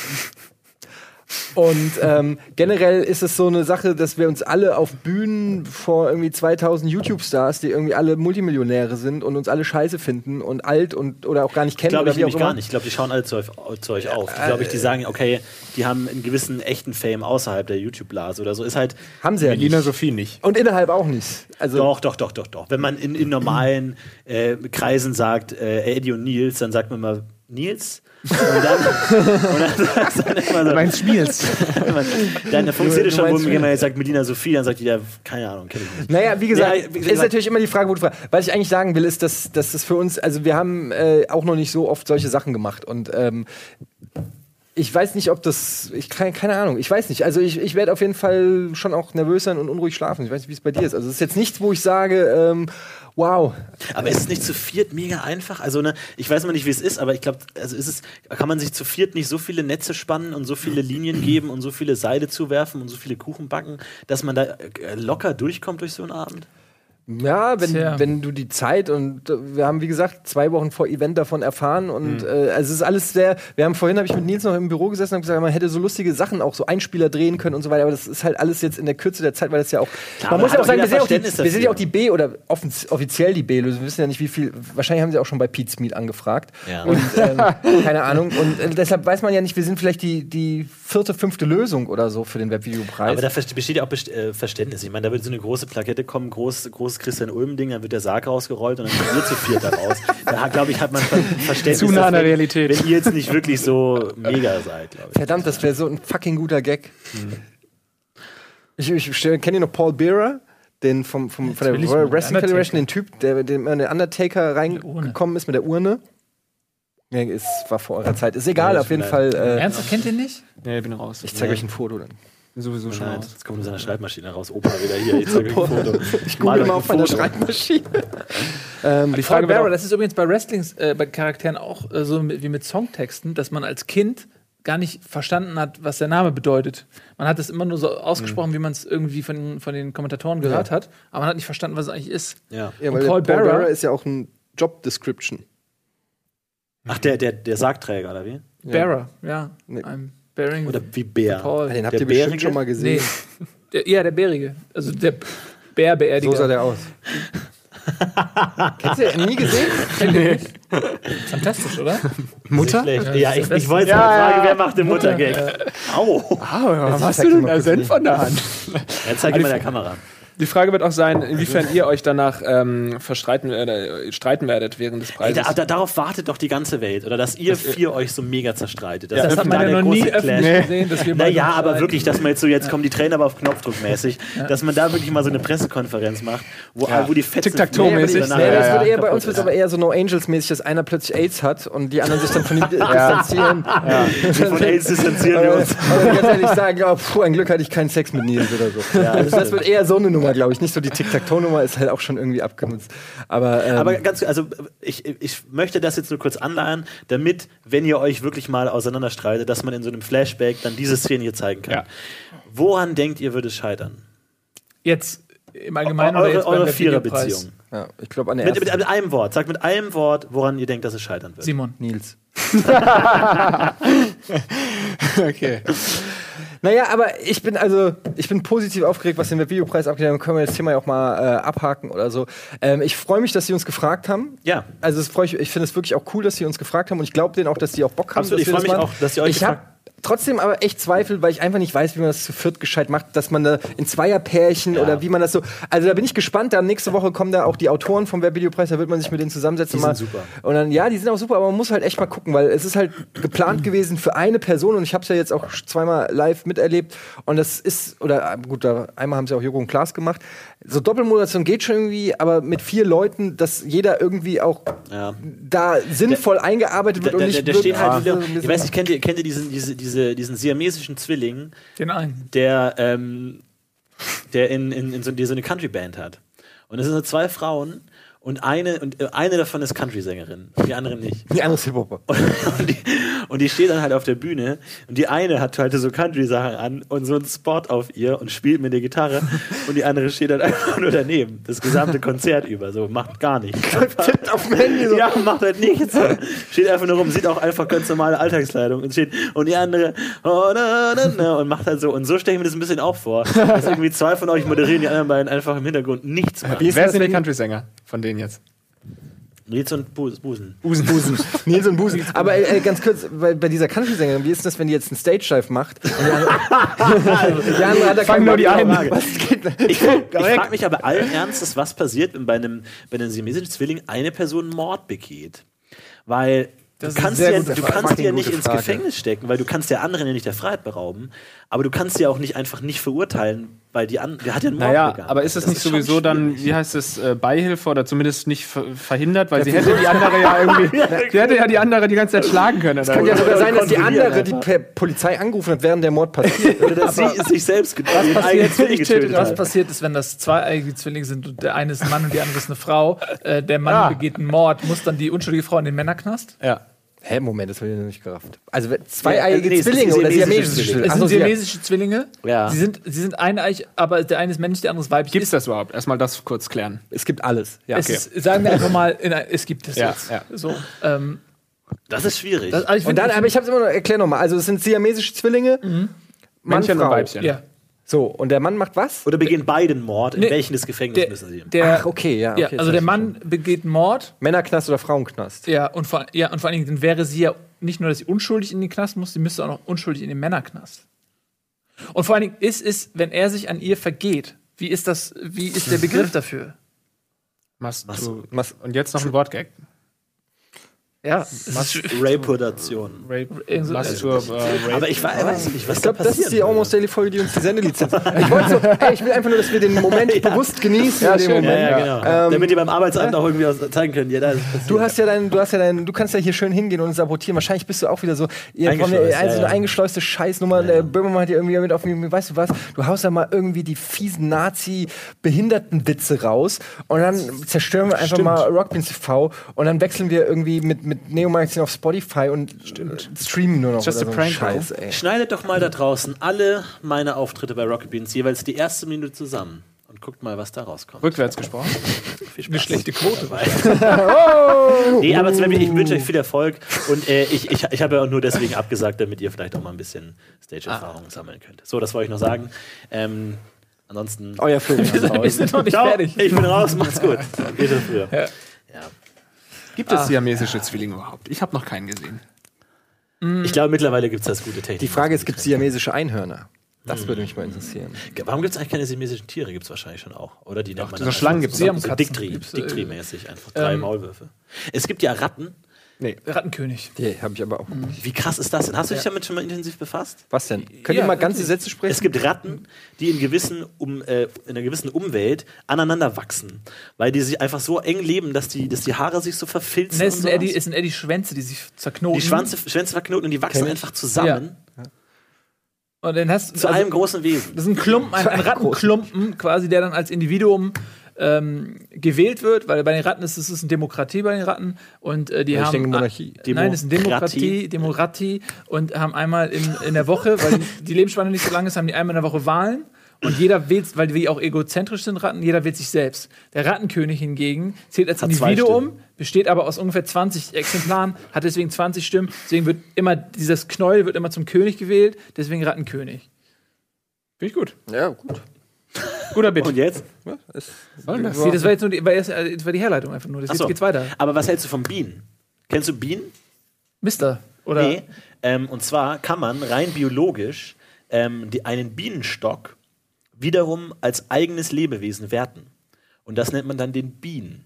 Und ähm, generell ist es so eine Sache, dass wir uns alle auf Bühnen vor irgendwie 2000 YouTube-Stars, die irgendwie alle Multimillionäre sind und uns alle scheiße finden und alt und oder auch gar nicht kennen
Glaube
oder
ich
wie auch
nämlich gar
immer. Äh,
nicht. Ich glaube, die schauen alle zu euch, zu euch auf. Die, glaube ich, die sagen, okay, die haben einen gewissen echten Fame außerhalb der YouTube-Blase oder so. Ist halt.
Haben sie ja nicht.
Sophie nicht.
Und innerhalb auch nicht. Also
Doch, doch, doch, doch, doch. Wenn man in, in normalen äh, Kreisen sagt, äh, Eddie und Nils, dann sagt man mal Nils. Und dann, und dann sagt man immer so.
Meins Schmiels.
Dann dann funktioniert es
Du
schon,
meinst-
wo- wenn man jetzt sagt Medina Sophie, dann sagt jeder, keine Ahnung, kenn ich nicht.
Naja, wie gesagt,
Ja, wie gesagt-
ist natürlich immer die Frage, gute Frage. Was ich eigentlich sagen will, ist, dass, dass das für uns, also wir haben äh, auch noch nicht so oft solche Sachen gemacht und ähm, ich weiß nicht, ob das. Ich kann, keine Ahnung. Ich weiß nicht. Also ich, ich werde auf jeden Fall schon auch nervös sein und unruhig schlafen. Ich weiß nicht, wie es bei dir ist. Also es ist jetzt nichts, wo ich sage, ähm, wow.
Aber ist es nicht zu viert mega einfach? Also, ne, ich weiß mal nicht, wie es ist, aber ich glaube, also ist es, kann man sich zu viert nicht so viele Netze spannen und so viele Linien geben und so viele Seile zuwerfen und so viele Kuchen backen, dass man da äh, locker durchkommt durch so einen Abend?
Ja, wenn,
Tja.
wenn du die Zeit und äh, wir haben, wie gesagt, zwei Wochen vor Event davon erfahren und äh, also es ist alles sehr, wir haben vorhin, habe ich mit Nils noch im Büro gesessen und hab gesagt, man hätte so lustige Sachen auch so Einspieler drehen können und so weiter, aber das ist halt alles jetzt in der Kürze der Zeit, weil das ja auch,
Klar,
man
aber
muss ja
hat
auch
auch
sagen, wir sind ja
jeder
auch, die,
Verständnis
wir sind ja auch
dafür.
die B oder offens- offiziell die B-Lösung, wir wissen ja nicht wie viel, wahrscheinlich haben sie auch schon bei Pete's Meet angefragt
Ja.
und ähm, keine Ahnung und äh, deshalb weiß man ja nicht, wir sind vielleicht die, die vierte, fünfte Lösung oder so für den Webvideopreis.
Aber da verste- besteht ja auch Best äh, Verständnis. Ich meine, da wird so eine große Plakette kommen, groß, großes Christian Ulm-Ding, dann wird der Sarg rausgerollt und dann kommt ihr zu viert daraus. Da, glaube ich, hat man Ver Verständnis.
Zu nah an der
wenn-
Realität.
Wenn ihr jetzt nicht wirklich so mega seid, glaube ich.
Verdammt, das wäre so ein fucking guter Gag. Ich, ich kenne ihr noch Paul Bearer, den vom, vom, von der
Natürlich,
Royal
mit
Wrestling
Undertaker.
Federation, den Typ, der der immer in den Undertaker
Urne.
reingekommen ist mit der Urne. Ja, ist, war vor eurer Zeit. Ist egal,
Ja,
auf jeden
nein.
Fall. Äh,
Ernsthaft, kennt ihr nicht?
Nee, ich bin raus.
ich zeige euch ein Foto dann.
sowieso schon
Nein,
raus.
jetzt kommt seine Schreibmaschine raus. Opa wieder hier. Ich zeige euch ein Foto. Ich
Google mal auf meiner Schreibmaschine. ähm, die
Frage
Frage
Barrow,
wäre,
das ist übrigens bei Wrestlings, äh, bei Charakteren auch äh, so mit, wie mit Songtexten, dass man als Kind gar nicht verstanden hat, was der Name bedeutet. Man hat es immer nur so ausgesprochen, wie man es irgendwie von, von den Kommentatoren gehört hat, aber man hat nicht verstanden, was es eigentlich ist.
Ja.
ja,
und
weil
Paul
Paul, Paul
Bearer-
Bearer ist ja auch ein Job Description.
Ach, der, der, der Sargträger, oder wie?
Ja.
Bearer, ja.
Nee.
I'm bearing
Oder wie Bär.
Paul.
Ah, Den habt
Der
ihr bestimmt
Bärige?
schon mal
nee.
gesehen.
der, ja, der Bärige. Also der
So sah
Bärbeerdiger.
der aus. Kennst du den? nie gesehen?
Fantastisch, oder?
Mutter? Ja,
Ja,
ich,
das ist
ich wollte jetzt
Ja,
mal fragen,
ja.
wer macht den Muttergag? Au! Also
Ah, was
zeig doch mal kurz
Senf
nicht.
von der Hand?
Er zeigt immer der Kamera.
Die Frage wird auch sein, inwiefern ihr euch danach ähm, verstreiten äh, streiten werdet während des
Ey,
Preises.
da, da, darauf wartet doch die ganze Welt, oder dass ihr vier euch so mega zerstreitet. Das,
Das hat man
da
ja
der
noch nie
große
öffentlich
Clash.
gesehen, dass wir beide
Naja,
uns
aber
streiten.
wirklich, dass man jetzt so, jetzt kommen die Trainer aber auf Knopfdruck mäßig, dass man da wirklich mal so eine Pressekonferenz macht, wo,
Ja.
wo die Fetzen...
Tic-Tac-Toe
aber
mäßig.
die-
danach-
Ja,
Nee, das
ja,
wird
ja.
eher bei uns wird aber eher so No Angels mäßig, dass einer plötzlich AIDS hat und die anderen sich dann von ihm distanzieren.
Von AIDS distanzieren wir
Aber,
uns.
aber ganz ehrlich sagen, oh, puh, ein Glück hatte ich keinen Sex mit Nils oder so. also das wird eher so eine Nummer, glaube ich. Nicht so die Tic-Tac-Toe-Nummer ist halt auch schon irgendwie abgenutzt. Aber, ähm,
Aber ganz, also ich, ich möchte das jetzt nur kurz anleihen, damit, wenn ihr euch wirklich mal auseinanderstreitet, dass man in so einem Flashback dann diese Szene hier zeigen kann.
Ja.
Woran denkt ihr, würde es scheitern?
Jetzt im Allgemeinen oder
Eure,
jetzt
eure
beim
Viererbeziehung.
ja, ich glaube an der
Mit,
ersten
mit, mit einem Wort. Sagt mit einem Wort, woran ihr denkt, dass es scheitern wird.
Simon.
Nils.
okay.
Naja, aber ich bin also, ich bin positiv aufgeregt, was den Webvideopreis abgeht. Dann können wir das Thema ja auch mal äh, abhaken oder so. Ähm, ich freue mich, dass Sie uns gefragt haben.
Ja.
Also es freu ich, ich finde es wirklich auch cool, dass sie uns gefragt haben und ich glaube denen auch, dass die auch Bock haben.
Absolut,
dass
ich
wir
freu
das
mich
machen.
auch, dass die euch
Ich habe
gefragt-
trotzdem aber echt Zweifel, weil ich einfach nicht weiß, wie man das zu viert gescheit macht, dass man da in Zweierpärchen oder wie man das so. Also da bin ich gespannt. Da nächste Woche kommen da auch die Autoren vom Webvideopreis, da wird man sich mit denen zusammensetzen.
Die sind
mal.
super.
Und dann ja, die sind auch super, aber man muss halt echt mal gucken, weil es ist halt geplant gewesen für eine Person und ich habe es ja jetzt auch zweimal live miterlebt und das ist oder äh, gut, da einmal haben sie auch Jürgen und Klaas gemacht. So Doppelmoderation geht schon irgendwie, aber mit vier Leuten, dass jeder irgendwie auch
Ja.
da sinnvoll eingearbeitet
Da,
wird
da,
und
da,
nicht
da
wird-
steht
Ah,
halt wieder,
so ein
ich
bisschen-
weiß nicht, kennt ihr, kennt ihr diesen, diese, diese, diesen siamesischen Zwilling,
Den einen.
der, ähm, der in, in, in so, die so eine Country-Band hat? Und es sind so zwei Frauen und eine, und äh, eine davon ist Country-Sängerin, die andere nicht.
Die andere ist Hip-Hop.
Und, und, die, und die steht dann halt auf der Bühne und die eine hat halt so Country-Sachen an und so einen Spot auf ihr und spielt mit der Gitarre und die andere steht dann einfach nur daneben. Das gesamte Konzert über, so macht gar nichts.
Tippt auf dem Handy so.
Ja, macht halt nichts. Steht einfach nur rum, sieht auch einfach ganz normale Alltagskleidung und steht und die andere oh, na, na, na, und macht halt so. Und so stelle ich mir das ein bisschen auch vor, dass irgendwie zwei von euch moderieren, die anderen beiden einfach im Hintergrund nichts machen.
Wer ist denn
das
der
mit-
Country-Sänger von denen jetzt?
Nils und Bus- Busen.
Busen. Busen.
Nils und Busen. Aber äh, ganz kurz, bei, bei dieser Country-Sängerin, wie ist das, wenn die jetzt einen Stage-Dive macht? Und die andere, die andere hat da keinen
Fang nur
Bock
die
drauf.
einen.
genau. Was geht da?
Ich, ich frage mich aber allen Ernstes, was passiert, wenn bei einem, bei einem siamesischen Zwilling eine Person Mord begeht. Weil du
Das ist
kannst,
eine sehr
ja,
gute
du
Frage.
kannst die ja
Fucking
nicht
gute
ins
Frage.
Gefängnis stecken, weil du kannst der anderen ja nicht der Freiheit berauben, aber du kannst sie ja auch nicht einfach nicht verurteilen, weil die an, der hat ja einen Mord
Naja,
begangen.
aber ist es nicht
ist schon
sowieso dann,
schwierig.
wie heißt es, äh, Beihilfe oder zumindest nicht ver verhindert, weil sie hätte die andere ja irgendwie, sie hätte ja die andere die ganze Zeit schlagen können.
Kann
oder?
ja sogar sein, dass die
kontrollieren
andere die per Polizei angerufen hat, während der Mord passiert.
Oder dass sie sich selbst getötet
Was
hat.
passiert,
getötet
was
hat.
passiert ist, wenn das zweieiige Zwillinge sind und der eine ist ein Mann und die andere ist eine Frau, äh, der Mann
Ah.
begeht einen Mord, muss dann die unschuldige Frau in den Männerknast?
ja.
Hä, Moment, das will ich noch nicht gerafft. Also wenn- zweieiige
Ja, nee, es ist
Zwillinge oder siamesische
siamesische Zwillinge.
Zwillinge.
Es
Ach so,
sind
sie-
siamesische Zwillinge.
Ja.
Sie sind, sie sind eineich, aber der eine ist männlich, der andere ist weiblich.
Gibt es das überhaupt? Erstmal das kurz klären.
Es gibt alles. Ja,
Es ist, sagen wir einfach mal, in ein, es gibt es
Ja,
jetzt.
ja.
So, ähm,
Das ist schwierig.
das, also ich
Und
find-
dann, aber ich Mhm. habe es immer noch, erklär nochmal. Also es sind siamesische Zwillinge, Mann,
Männchen
Frau.
und Weibchen.
ja,
So, und der Mann macht was?
Oder begehen beide einen Mord? In
Nee,
welchen des Gefängnisses
der,
müssen sie?
der,
Ach, okay, ja. Okay,
ja,
das
also
hab
der
ich
Mann begeht einen Mord
schon. Männerknast oder Frauenknast.
Ja, und vor, ja, und vor allen Dingen dann wäre sie ja nicht nur, dass sie unschuldig in den Knast muss, sie müsste auch noch unschuldig in den Männerknast. Und vor allen Dingen ist es, wenn er sich an ihr vergeht, wie ist das, wie ist der Begriff dafür?
Mast
Was-
du-
was-
und jetzt noch ein Wortgag.
Ja, es ist
Rapodation.
Rape,
Irgend so-
Mastur, äh, Rape.
Aber ich we- weiß nicht, was
Ich glaube,
da
das
passiert.
ist die Almost Daily Folge, die uns die Sendelizenz. ich wollte so, ey, ich will einfach nur, dass wir den Moment bewusst genießen.
Ja,
in dem
schön.
Moment.
ja, ja, genau.
Ähm,
Damit ihr beim Arbeitsamt auch irgendwie was zeigen könnt. Ja, da ist es passiert.
Du hast ja deinen, du hast ja deinen, du kannst ja hier schön hingehen und sabotieren. Wahrscheinlich bist du auch wieder so, ihr kommt ja, also
Eingeschleust, ja,
eine
ja.
eingeschleuste Scheißnummer. Der Böhmermann hat ja irgendwie mit auf, weißt du was? Du haust ja mal irgendwie die fiesen Nazi-Behindertenwitze raus und dann zerstören wir einfach mal Rockbeans TV und dann wechseln wir irgendwie mit mit Neo Magazin auf Spotify und äh, streamen nur noch
Just
oder
a
so einen
prank, bro.
Scheiß. Ey.
Schneidet doch mal da draußen alle meine Auftritte bei Rocket Beans jeweils die erste Minute zusammen und guckt mal, was da rauskommt.
Rückwärts gesprochen.
Viel Spaß. Eine schlechte Quote. nee, aber zum Beispiel, ich wünsche euch viel Erfolg und äh, ich, ich, ich habe ja auch nur deswegen abgesagt, damit ihr vielleicht auch mal ein bisschen Stage-Erfahrung
Ah.
sammeln könnt. So, das wollte ich noch sagen. Ähm, ansonsten.
Euer Film.
wir sind noch nicht
Ciao,
fertig.
ich bin raus, macht's gut. Ihr schon früher.
Ja.
Ja.
Gibt es siamesische Zwillinge überhaupt? Ich habe noch keinen gesehen.
Ich glaube, mittlerweile gibt es das gute Technik.
Die Frage ist, gibt es siamesische Einhörner? Das würde mich mal interessieren.
Warum gibt es eigentlich keine simesischen Tiere? Gibt es wahrscheinlich schon auch. Oder die nennt man
so
dann
Schlangen
einfach
gibt's
so-
auch.
so
Katzen
Dicktri,
gibt's, äh,
Dicktri-mäßig einfach. Drei
ähm,
Maulwürfe. Es gibt ja Ratten.
Rattenkönig.
Die habe ich aber auch.
Wie krass ist das denn? Hast du dich damit schon mal intensiv befasst?
Was denn? Könnt
Ja,
ihr mal ganze
wirklich.
Sätze sprechen?
Es gibt Ratten, die in, gewissen um, äh, in einer gewissen Umwelt aneinander wachsen, weil die sich einfach so eng leben, dass die, dass die Haare sich so verfilzen.
Ne,
und
es, sind
sowas.
eher die, es sind eher die Schwänze, die sich zerknoten.
die Schwanze, Schwänze verknoten und die wachsen
Kenn ich.
einfach zusammen
Und dann hast du
zu
also,
einem großen Wesen.
Das ist ein Klumpen, ein, ein Rattenklumpen, quasi, der dann als Individuum ähm, gewählt wird, weil bei den Ratten ist es ist eine Demokratie bei den Ratten und äh, die
ich
haben
denke, Monarchie.
nein, es ist eine
Demokratie.
Demokratie, Demokratie und haben einmal in, in der Woche, weil die, die Lebensspanne nicht so lang ist, haben die einmal in der Woche Wahlen. Und jeder wählt, weil wir auch egozentrisch sind, Ratten, jeder wählt sich selbst. Der Rattenkönig hingegen zählt als
Hat zwei
Individuum, um, besteht aber aus ungefähr 20 Exemplaren, hat deswegen 20 Stimmen, deswegen wird immer, dieses Knäuel wird immer zum König gewählt, deswegen Rattenkönig. Finde ich gut.
ja, gut.
Guter Bit.
Und jetzt?
Ja, ist
Nee, das war jetzt nur die, war erst, äh, das war die Herleitung einfach nur. Das
Ach so.
jetzt geht's weiter.
Aber was hältst du von Bienen? Kennst du Bienen?
Mister. Oder
Nee. Ähm, und zwar kann man rein biologisch ähm, die, einen Bienenstock wiederum als eigenes Lebewesen werten. Und das nennt man dann den Bienen.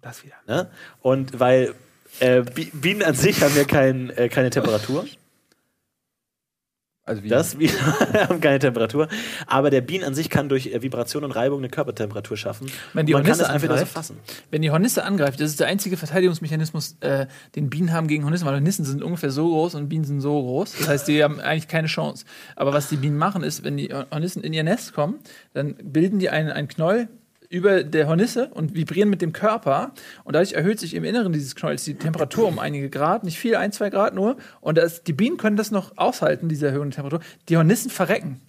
das wieder.
Ne? Und weil äh, Bi- Bienen an sich haben ja kein, äh, keine Temperatur.
also wie
Das Bienen haben keine Temperatur. Aber der Bienen an sich kann durch äh, Vibration und Reibung eine Körpertemperatur schaffen.
Wenn die
Und man kann
Hornisse
das einfach nur so
angreift.
fassen.
Wenn die Hornisse angreift, das ist der einzige Verteidigungsmechanismus, äh, den Bienen haben gegen Hornissen, weil Hornissen sind ungefähr so groß und Bienen sind so groß. Das heißt, die haben eigentlich keine Chance. Aber was die Bienen machen, ist, wenn die Hornissen in ihr Nest kommen, dann bilden die einen, einen Knäuel über der Hornisse und vibrieren mit dem Körper. Und dadurch erhöht sich im Inneren dieses Knäuels die Temperatur um einige Grad, nicht viel, ein, zwei Grad nur. Und das, die Bienen können das noch aushalten, diese erhöhte Temperatur. Die Hornissen verrecken.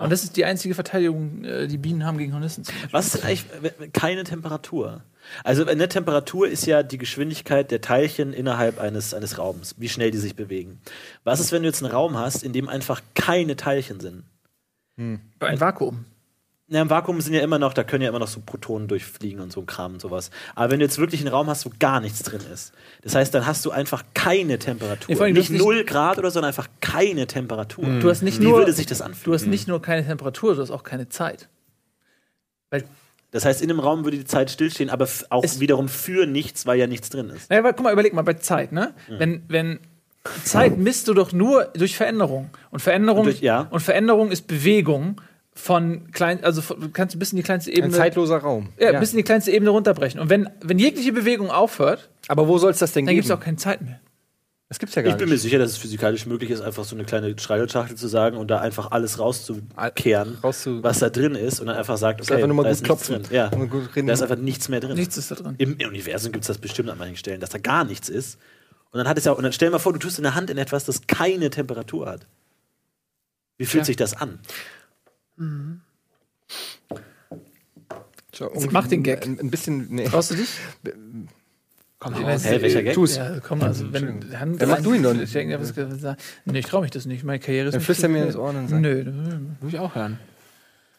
Und das ist die einzige Verteidigung, äh, die Bienen haben gegen Hornissen. zum Beispiel.
Was ist denn eigentlich w- w- keine Temperatur? Also eine Temperatur ist ja die Geschwindigkeit der Teilchen innerhalb eines, eines Raums, wie schnell die sich bewegen. Was ist, wenn du jetzt einen Raum hast, in dem einfach keine Teilchen sind?
Ein Vakuum.
Na, im Vakuum sind ja immer noch, da können ja immer noch so Protonen durchfliegen und so ein Kram und sowas. Aber wenn du jetzt wirklich einen Raum hast, wo gar nichts drin ist, das heißt, dann hast du einfach keine Temperatur.
Nee, vor allem, du
nicht
hast nicht-
0 Grad oder, sondern einfach keine Temperatur.
Du hast nicht
Hm. Wie
nur,
würde sich das anfühlen? Hm.
du hast nicht nur keine Temperatur, du hast auch keine Zeit. Weil,
Das heißt, in einem Raum würde die Zeit stillstehen, aber f- auch
Es-
wiederum für nichts, weil ja nichts drin ist.
naja, weil, guck mal, überleg mal, bei Zeit, ne?
Hm.
Wenn, wenn Zeit misst du doch nur durch Veränderung. Und Veränderung,
Durch- ja.
und Veränderung ist Bewegung. von klein, also von, kannst du bis in die kleinste
Ein
Ebene,
zeitloser Raum.
ja, bis in die kleinste Ebene runterbrechen. Und wenn, wenn jegliche Bewegung aufhört,
Aber wo soll es das denn
dann
geben?
gibt es auch keine Zeit mehr.
das gibt's ja
Ich
gar
bin
nicht.
mir sicher, dass es physikalisch möglich ist, einfach so eine kleine Schreierschachtel zu sagen und da einfach alles rauszukehren,
rauszu-
was da drin ist und dann einfach sagt, okay,
einfach nur mal
da
gut
ist nichts
klopfen.
drin. Ja.
Mal gut reden.
Da ist einfach nichts mehr drin.
Nichts ist da drin.
Im Universum gibt es das bestimmt an manchen Stellen, dass da gar nichts ist. Und dann hat es ja, und dann stell dir mal vor, du tust in der Hand in etwas, das keine Temperatur hat. Wie fühlt sich das an?
Jetzt
mach den Gag.
um
Oh,
Ein, ein bisschen. Nee.
Brauchst du dich?
Komm,
Hä,
raus.
welcher Gag?
Tu's.
Ja, komm, also wenn dann,
Dann mach du ihn doch
Ich denke, was, nee, ich traue mich das nicht. Meine Karriere ist
Dann
nicht
flüstert
so
mir
schnell.
ins Ohr und dann sag-
Nö.
Muss ich auch hören.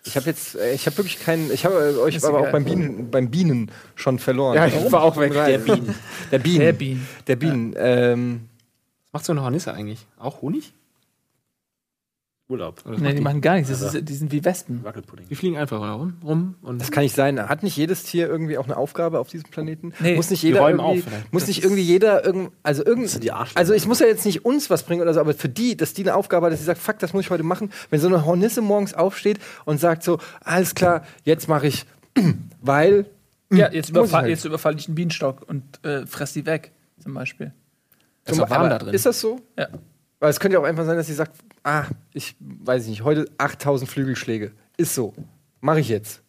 Ich habe jetzt, äh, ich habe wirklich keinen, ich habe äh, euch
Ist
aber
egal.
auch beim Bienen, beim Bienen schon verloren.
Ja, ich war auch weg.
Der Bienen. Der Bienen.
Der Bienen.
Der Bienen. Ähm,
Was macht so eine Hornisse eigentlich? Auch Honig?
Urlaub.
Oder was
Nee,
macht
die
die?
machen gar nichts. Das ist, die sind wie Wespen.
Wackelpudding.
die fliegen einfach rum, rum und
das kann nicht sein. Hat nicht jedes Tier irgendwie auch eine Aufgabe auf diesem Planeten?
Nee,
muss nicht
die
jeder
räumen
irgendwie,
auf vielleicht.
muss nicht irgendwie jeder irgend, also irgend,
sind die Arschlöcher.
also ich muss ja jetzt nicht uns was bringen oder so, aber für die, dass die eine Aufgabe hat, dass sie sagt, fuck, das muss ich heute machen. Wenn so eine Hornisse morgens aufsteht und sagt so, alles klar, jetzt mache ich, weil
Ja, jetzt,
Muss ich
überfall,
halt.
jetzt überfalle ich einen Bienenstock und äh, fress die weg, zum Beispiel.
ist doch warm
Aber
da drin.
Ist das so?
Ja.
Weil es könnte ja auch einfach sein, dass sie sagt, ah, ich weiß nicht, heute 8000 Flügelschläge. Ist so. Mache ich jetzt.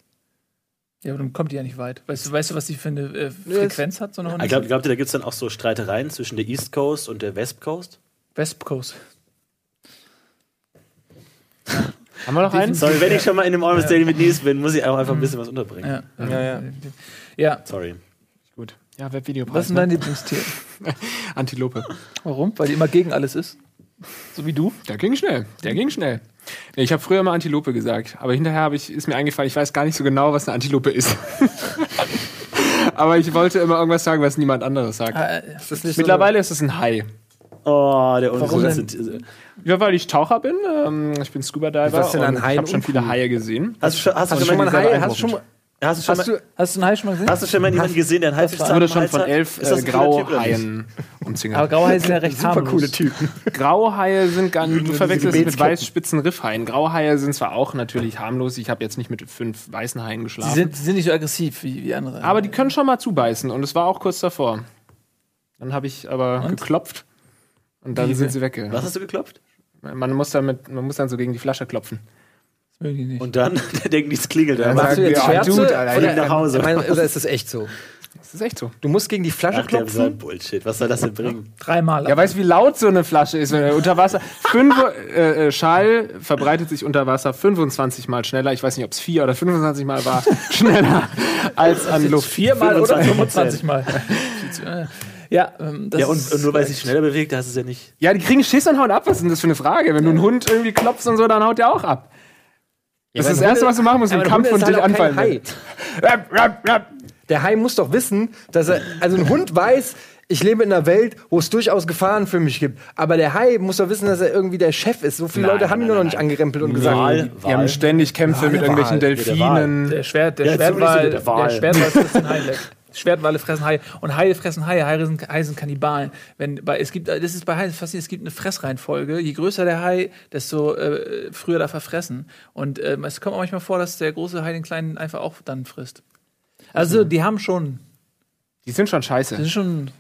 Ja, aber dann kommt die ja nicht weit. Weißt du, weißt du was die für eine äh,
Nee,
Frequenz hat, so eine
Ah,
Hornisse?
Glaubt, glaubt ihr, da gibt es dann auch so Streitereien zwischen der East Coast und der West Coast?
West Coast.
Haben wir noch einen?
Sorry, wenn ich schon mal in einem Almost Daily mit News bin, muss ich auch einfach ein bisschen was unterbringen.
Ja.
Mhm. Ja, ja.
ja.
Sorry.
Gut. Ja, Webvideo
Was ist denn dein Lieblingstier?
Antilope.
Warum? Weil die immer gegen alles ist. So wie du.
Der ging schnell. Der ging schnell. Nee, ich habe früher mal Antilope gesagt, aber hinterher hab ich, ist mir eingefallen, ich weiß gar nicht so genau, was eine Antilope ist. aber ich wollte immer irgendwas sagen, was niemand anderes sagt.
Äh,
Ah, Das ist nicht
Mittlerweile ist es ein Hai.
Oh, der uncoolste.
denn?
Tier.
Ja, weil ich Taucher bin, ähm, ich bin Scuba-Diver
Was ist denn an
und ich
Haien
habe schon
uncool?
viele Haie gesehen.
also, Hast du schon, hast
so
du
eine, schon mal ein
jemanden-
Hai, hast du schon mal,
Hast du schon
hast
mal,
du,
hast du einen Hai schon mal gesehen?
hast du schon mal jemanden gesehen, der einen Hals
Ich wurde schon von elf äh, Grauhaien
aber
umzingelt.
Grauhaie sind ja recht harmlos.
Typen.
Grauhaie sind gar nicht, du verwechselst es mit
Gebetsketten.
weißspitzen Riffhaien. Grauhaie sind zwar auch natürlich harmlos, ich habe jetzt nicht mit fünf weißen Haien
Sie
geschlafen.
sind, sie sind nicht so aggressiv wie, wie andere.
Aber die können schon mal zubeißen und es war auch kurz davor. Dann habe ich aber geklopft und dann
Wie?
sind sie weggegangen.
Was hast du geklopft?
Man muss, dann mit, man muss dann so gegen die Flasche klopfen.
Das mögen die nicht.
Und dann denken die, es klingelt.
Ja,
Ja,
Machst du jetzt
Ja,
Scherze?
Dude, Alter,
oder,
ich geh nach Hause.
Ich meine, oder ist das echt so?
Das ist echt so.
Du musst gegen die Flasche
Ach, der so
klopfen.
ein Bullshit. Was soll das denn bringen?
Dreimal.
Ja, weißt du, wie laut so eine Flasche ist, wenn er unter Wasser. Fünf, äh, äh, Schall verbreitet sich unter Wasser 25 Mal schneller. Ich weiß nicht, ob es vier oder 25 Mal war. schneller als an
Jetzt
Luft.
viermal oder
25.
25 Mal. Viel zu- äh, ja, ähm, das
Ja, und,
ist
und nur weil es
korrekt.
sich schneller bewegt, heißt es ja nicht.
Ja, die kriegen Schiss und hauen ab. Was ist denn das für eine Frage? Wenn du einen Hund irgendwie klopfst und so, dann haut der auch ab. Das ist das Erste, was du machen musst,
Aber
im
der
Kampf
Hund ist
und dich
halt auch kein
anfallen.
Hai.
Rap, rap, rap.
Der Hai muss doch wissen, dass er, also ein Hund weiß, ich lebe in einer Welt, wo es durchaus Gefahren für mich gibt. Aber der Hai muss doch wissen, dass er irgendwie der Chef ist. So viele
Nein,
Leute haben ihn
nein,
doch noch
nein,
nicht
nein.
angerempelt und
Wahl,
gesagt,
Die haben
Wahl.
ständig Kämpfe mit irgendwelchen
Wal.
der Wal.
Delfinen.
Der Schwert, der
Ja, jetzt
Schwertwal,
zumindest mit der Wahl.
der Schwertwal fressen Haie weg. Schwertwale fressen Haie und Haie fressen Haie, Haie sind, Haie sind Kannibalen. Wenn bei, es gibt, das ist bei Haien faszinierend, es gibt eine Fressreihenfolge. Je größer der Hai, desto äh, früher darf er fressen. Und äh, es kommt auch manchmal vor, dass der große Hai den kleinen einfach auch dann frisst. Also die haben schon,
Die sind schon
das
scheiße.
ist schon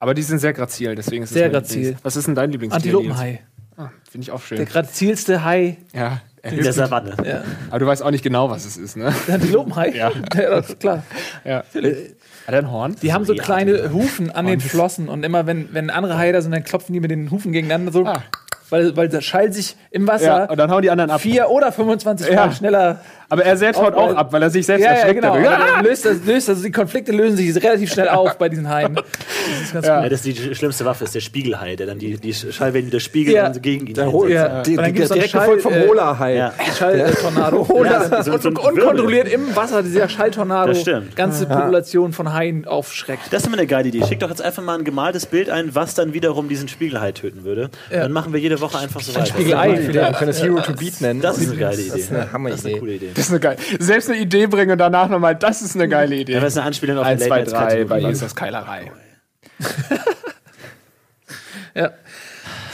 Aber die sind sehr grazil, deswegen ist es
Sehr
mein
grazil.
Lieblings. Was ist denn dein Lieblingstier?
Antilopenhai.
Nils? Ah, Finde ich auch
Der
schön.
grazilste Hai.
Ja, er
In der
hilft.
Savanne.
Ja.
aber du weißt auch nicht genau, was es ist, ne?
Der Antilopenhai?
Ja.
das ist klar.
Ja. Hat er ein Horn?
Die haben so
die
kleine Hufen an den Flossen und immer wenn, wenn andere Haie da sind, dann klopfen die mit den Hufen gegeneinander so,
Ah.
weil, weil der Schall sich im
ja,
Wasser
und dann hauen die anderen ab.
vier oder 25 Mal
Ja.
schneller.
Aber er selbst haut
Auch-
auch ab, weil er sich selbst
Ja, ja,
erschreckt
genau.
dadurch.
Und dann Löst das, löst also die Konflikte lösen sich relativ schnell auf bei diesen Haien. Das ist ganz
Ja,
ja.
das ist die schlimmste Waffe, ist der Spiegelhai, der dann die, die Schallwellen wieder spiegelt
Ja.
und dann so gegen ihn
der
einsetzt.
Hol,
Ja.
die,
Und dann
die,
gibt's so einen
direkt
Schall,
gefolgt vom
äh,
Hola-Hai.
Ja.
Schalltornado.
Ja, so- so ein
und unkontrolliert im Wasser dieser
Das
Schalltornado
stimmt.
ganze Population von Haien aufschreckt.
Das ist immer eine geile Idee. Schick doch jetzt einfach mal ein gemaltes Bild ein, was dann wiederum diesen Spiegelhai töten würde. Dann machen wir jede Woche einfach so weiter.
Spiegelei, vielleicht. Man kann das Hero to Beat nennen.
Das ist eine geile Idee.
Das ist eine
Das ist eine
Hammeridee.
coole Idee.
Das ist eine geile. Selbst eine Idee bringen und danach nochmal, das ist eine geile Idee.
Ja, das ist eine Anspielung auf
1,
die
2,
Late Nights
3, bei
Kategorie.
ihm ist das Keilerei.
Ja.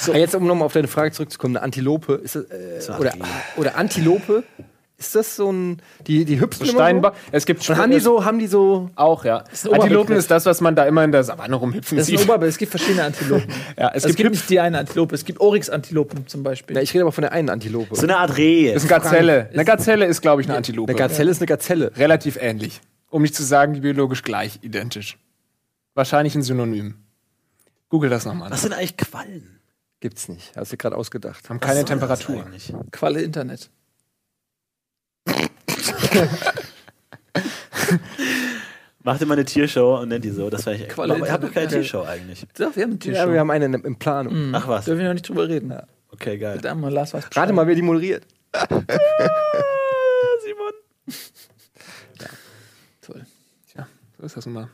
Ah, Jetzt, um nochmal auf deine Frage zurückzukommen, eine Antilope, ist das, äh, oder, oder Antilope, ist das so ein, die, die hüpfen immer so?
Steinbach. Es gibt
Und haben die so, haben die so,
auch, ja.
ein
Antilopen
Oberbegriff.
ist das, was man da immer in der Savanne rumhüpfen
Das ist ein
sieht.
Oberbe, es gibt verschiedene Antilopen.
Ja,
es, gibt, nicht die eine Antilope, es gibt Oryx-Antilopen zum Beispiel.
na, ich rede aber von der einen Antilope.
So eine Art Rehe.
Das ist eine Gazelle. Eine Gazelle ist, glaube ich, eine Antilope.
eine Gazelle ist eine Gazelle.
Relativ ähnlich. Um nicht zu sagen, biologisch gleich, identisch. Wahrscheinlich ein Synonym. Google das nochmal.
Was sind eigentlich Quallen?
Gibt's nicht. Hast du gerade ausgedacht.
Haben keine
Was soll das
Temperatur.
eigentlich?
Qualle Internet.
Macht immer eine Tiershow und nennt die so. Das wäre ich
Qualle-
Aber ihr habt doch keine
Ja.
Tiershow eigentlich.
Ja, wir haben einen Tisch.
Ja,
schon.
wir haben eine im Planung.
Ach was.
Dürfen wir noch nicht drüber reden.
Okay, geil.
Verdammt, mal Lars was.
Rate mal, wer die moderiert.
Simon.
Toll.
Tja, so ist das nun mal.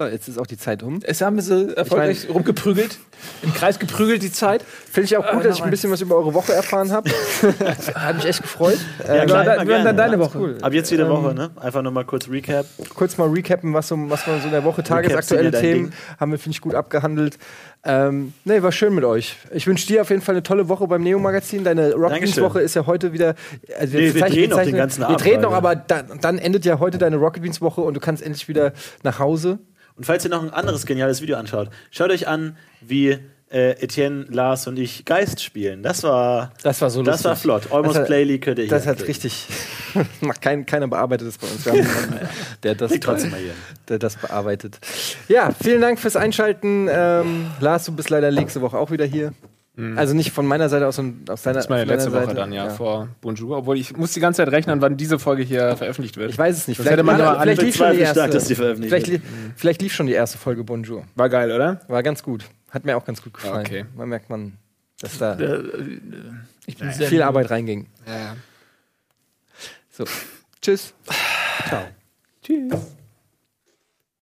So, jetzt ist auch die Zeit um.
Es haben sie erfolgreich rumgeprügelt, im Kreis geprügelt die Zeit.
Finde ich auch gut, Äh, dass ich ein bisschen was über eure Woche erfahren habe. Hat mich echt gefreut. Äh,
klar,
war-
immer
war dann
gerne.
deine
Macht's
Woche.
Cool. Ab jetzt jede Woche, ne? Einfach nochmal kurz Recap.
kurz mal recappen, was, so, was man so in der Woche
sind ja
tagesaktuelle
dein
Themen
Ding.
haben wir, finde ich, gut abgehandelt. Ähm, nee, war schön mit euch. Ich wünsche dir auf jeden Fall eine tolle Woche beim Neo-Magazin. Deine
Dankeschön.
Rocket-Beans-Woche ist ja heute wieder. Also
Nee, wir
zeichnen-
drehen noch den
zeichnen-
ganzen Abend
Wir drehen noch,
heute.
aber dann, dann endet ja heute deine Rocket Beans-Woche und du kannst endlich wieder nach Hause.
Und falls ihr noch ein anderes geniales Video anschaut, schaut euch an, wie äh, Etienne, Lars und ich Geist spielen. Das war,
Das war so
das war flott. Almost
Das hat-
Playly könnt ihr hier.
Das hat
anklicken.
richtig. Macht kein, keiner bearbeitet das bei uns. Wir haben jemanden, der das
Liegt trotzdem mal hier.
der das bearbeitet. Ja, vielen Dank fürs Einschalten. Ähm, Lars, du bist leider nächste Woche auch wieder hier. Also nicht von meiner Seite aus, sondern aus deiner
Mhm. Das ist meine
von deiner
letzte Woche
Seite.
dann, ja, vor Bonjour. Obwohl ich muss die ganze Zeit rechnen, wann diese Folge hier veröffentlicht wird.
Ich weiß es nicht.
Das hätte man
Vielleicht-
nur
vielleicht
an-
lief schon die
bezweifelt stark,
erste.
dass die
vielleicht,
veröffentlicht
li vielleicht lief schon die erste Folge Bonjour.
War geil, oder?
War ganz gut. Hat mir auch ganz gut gefallen.
Okay.
Man merkt man, dass da
Äh, äh, Ich bin sehr
viel Arbeit reinging.
Ja.
So. Tschüss.
Tschüss.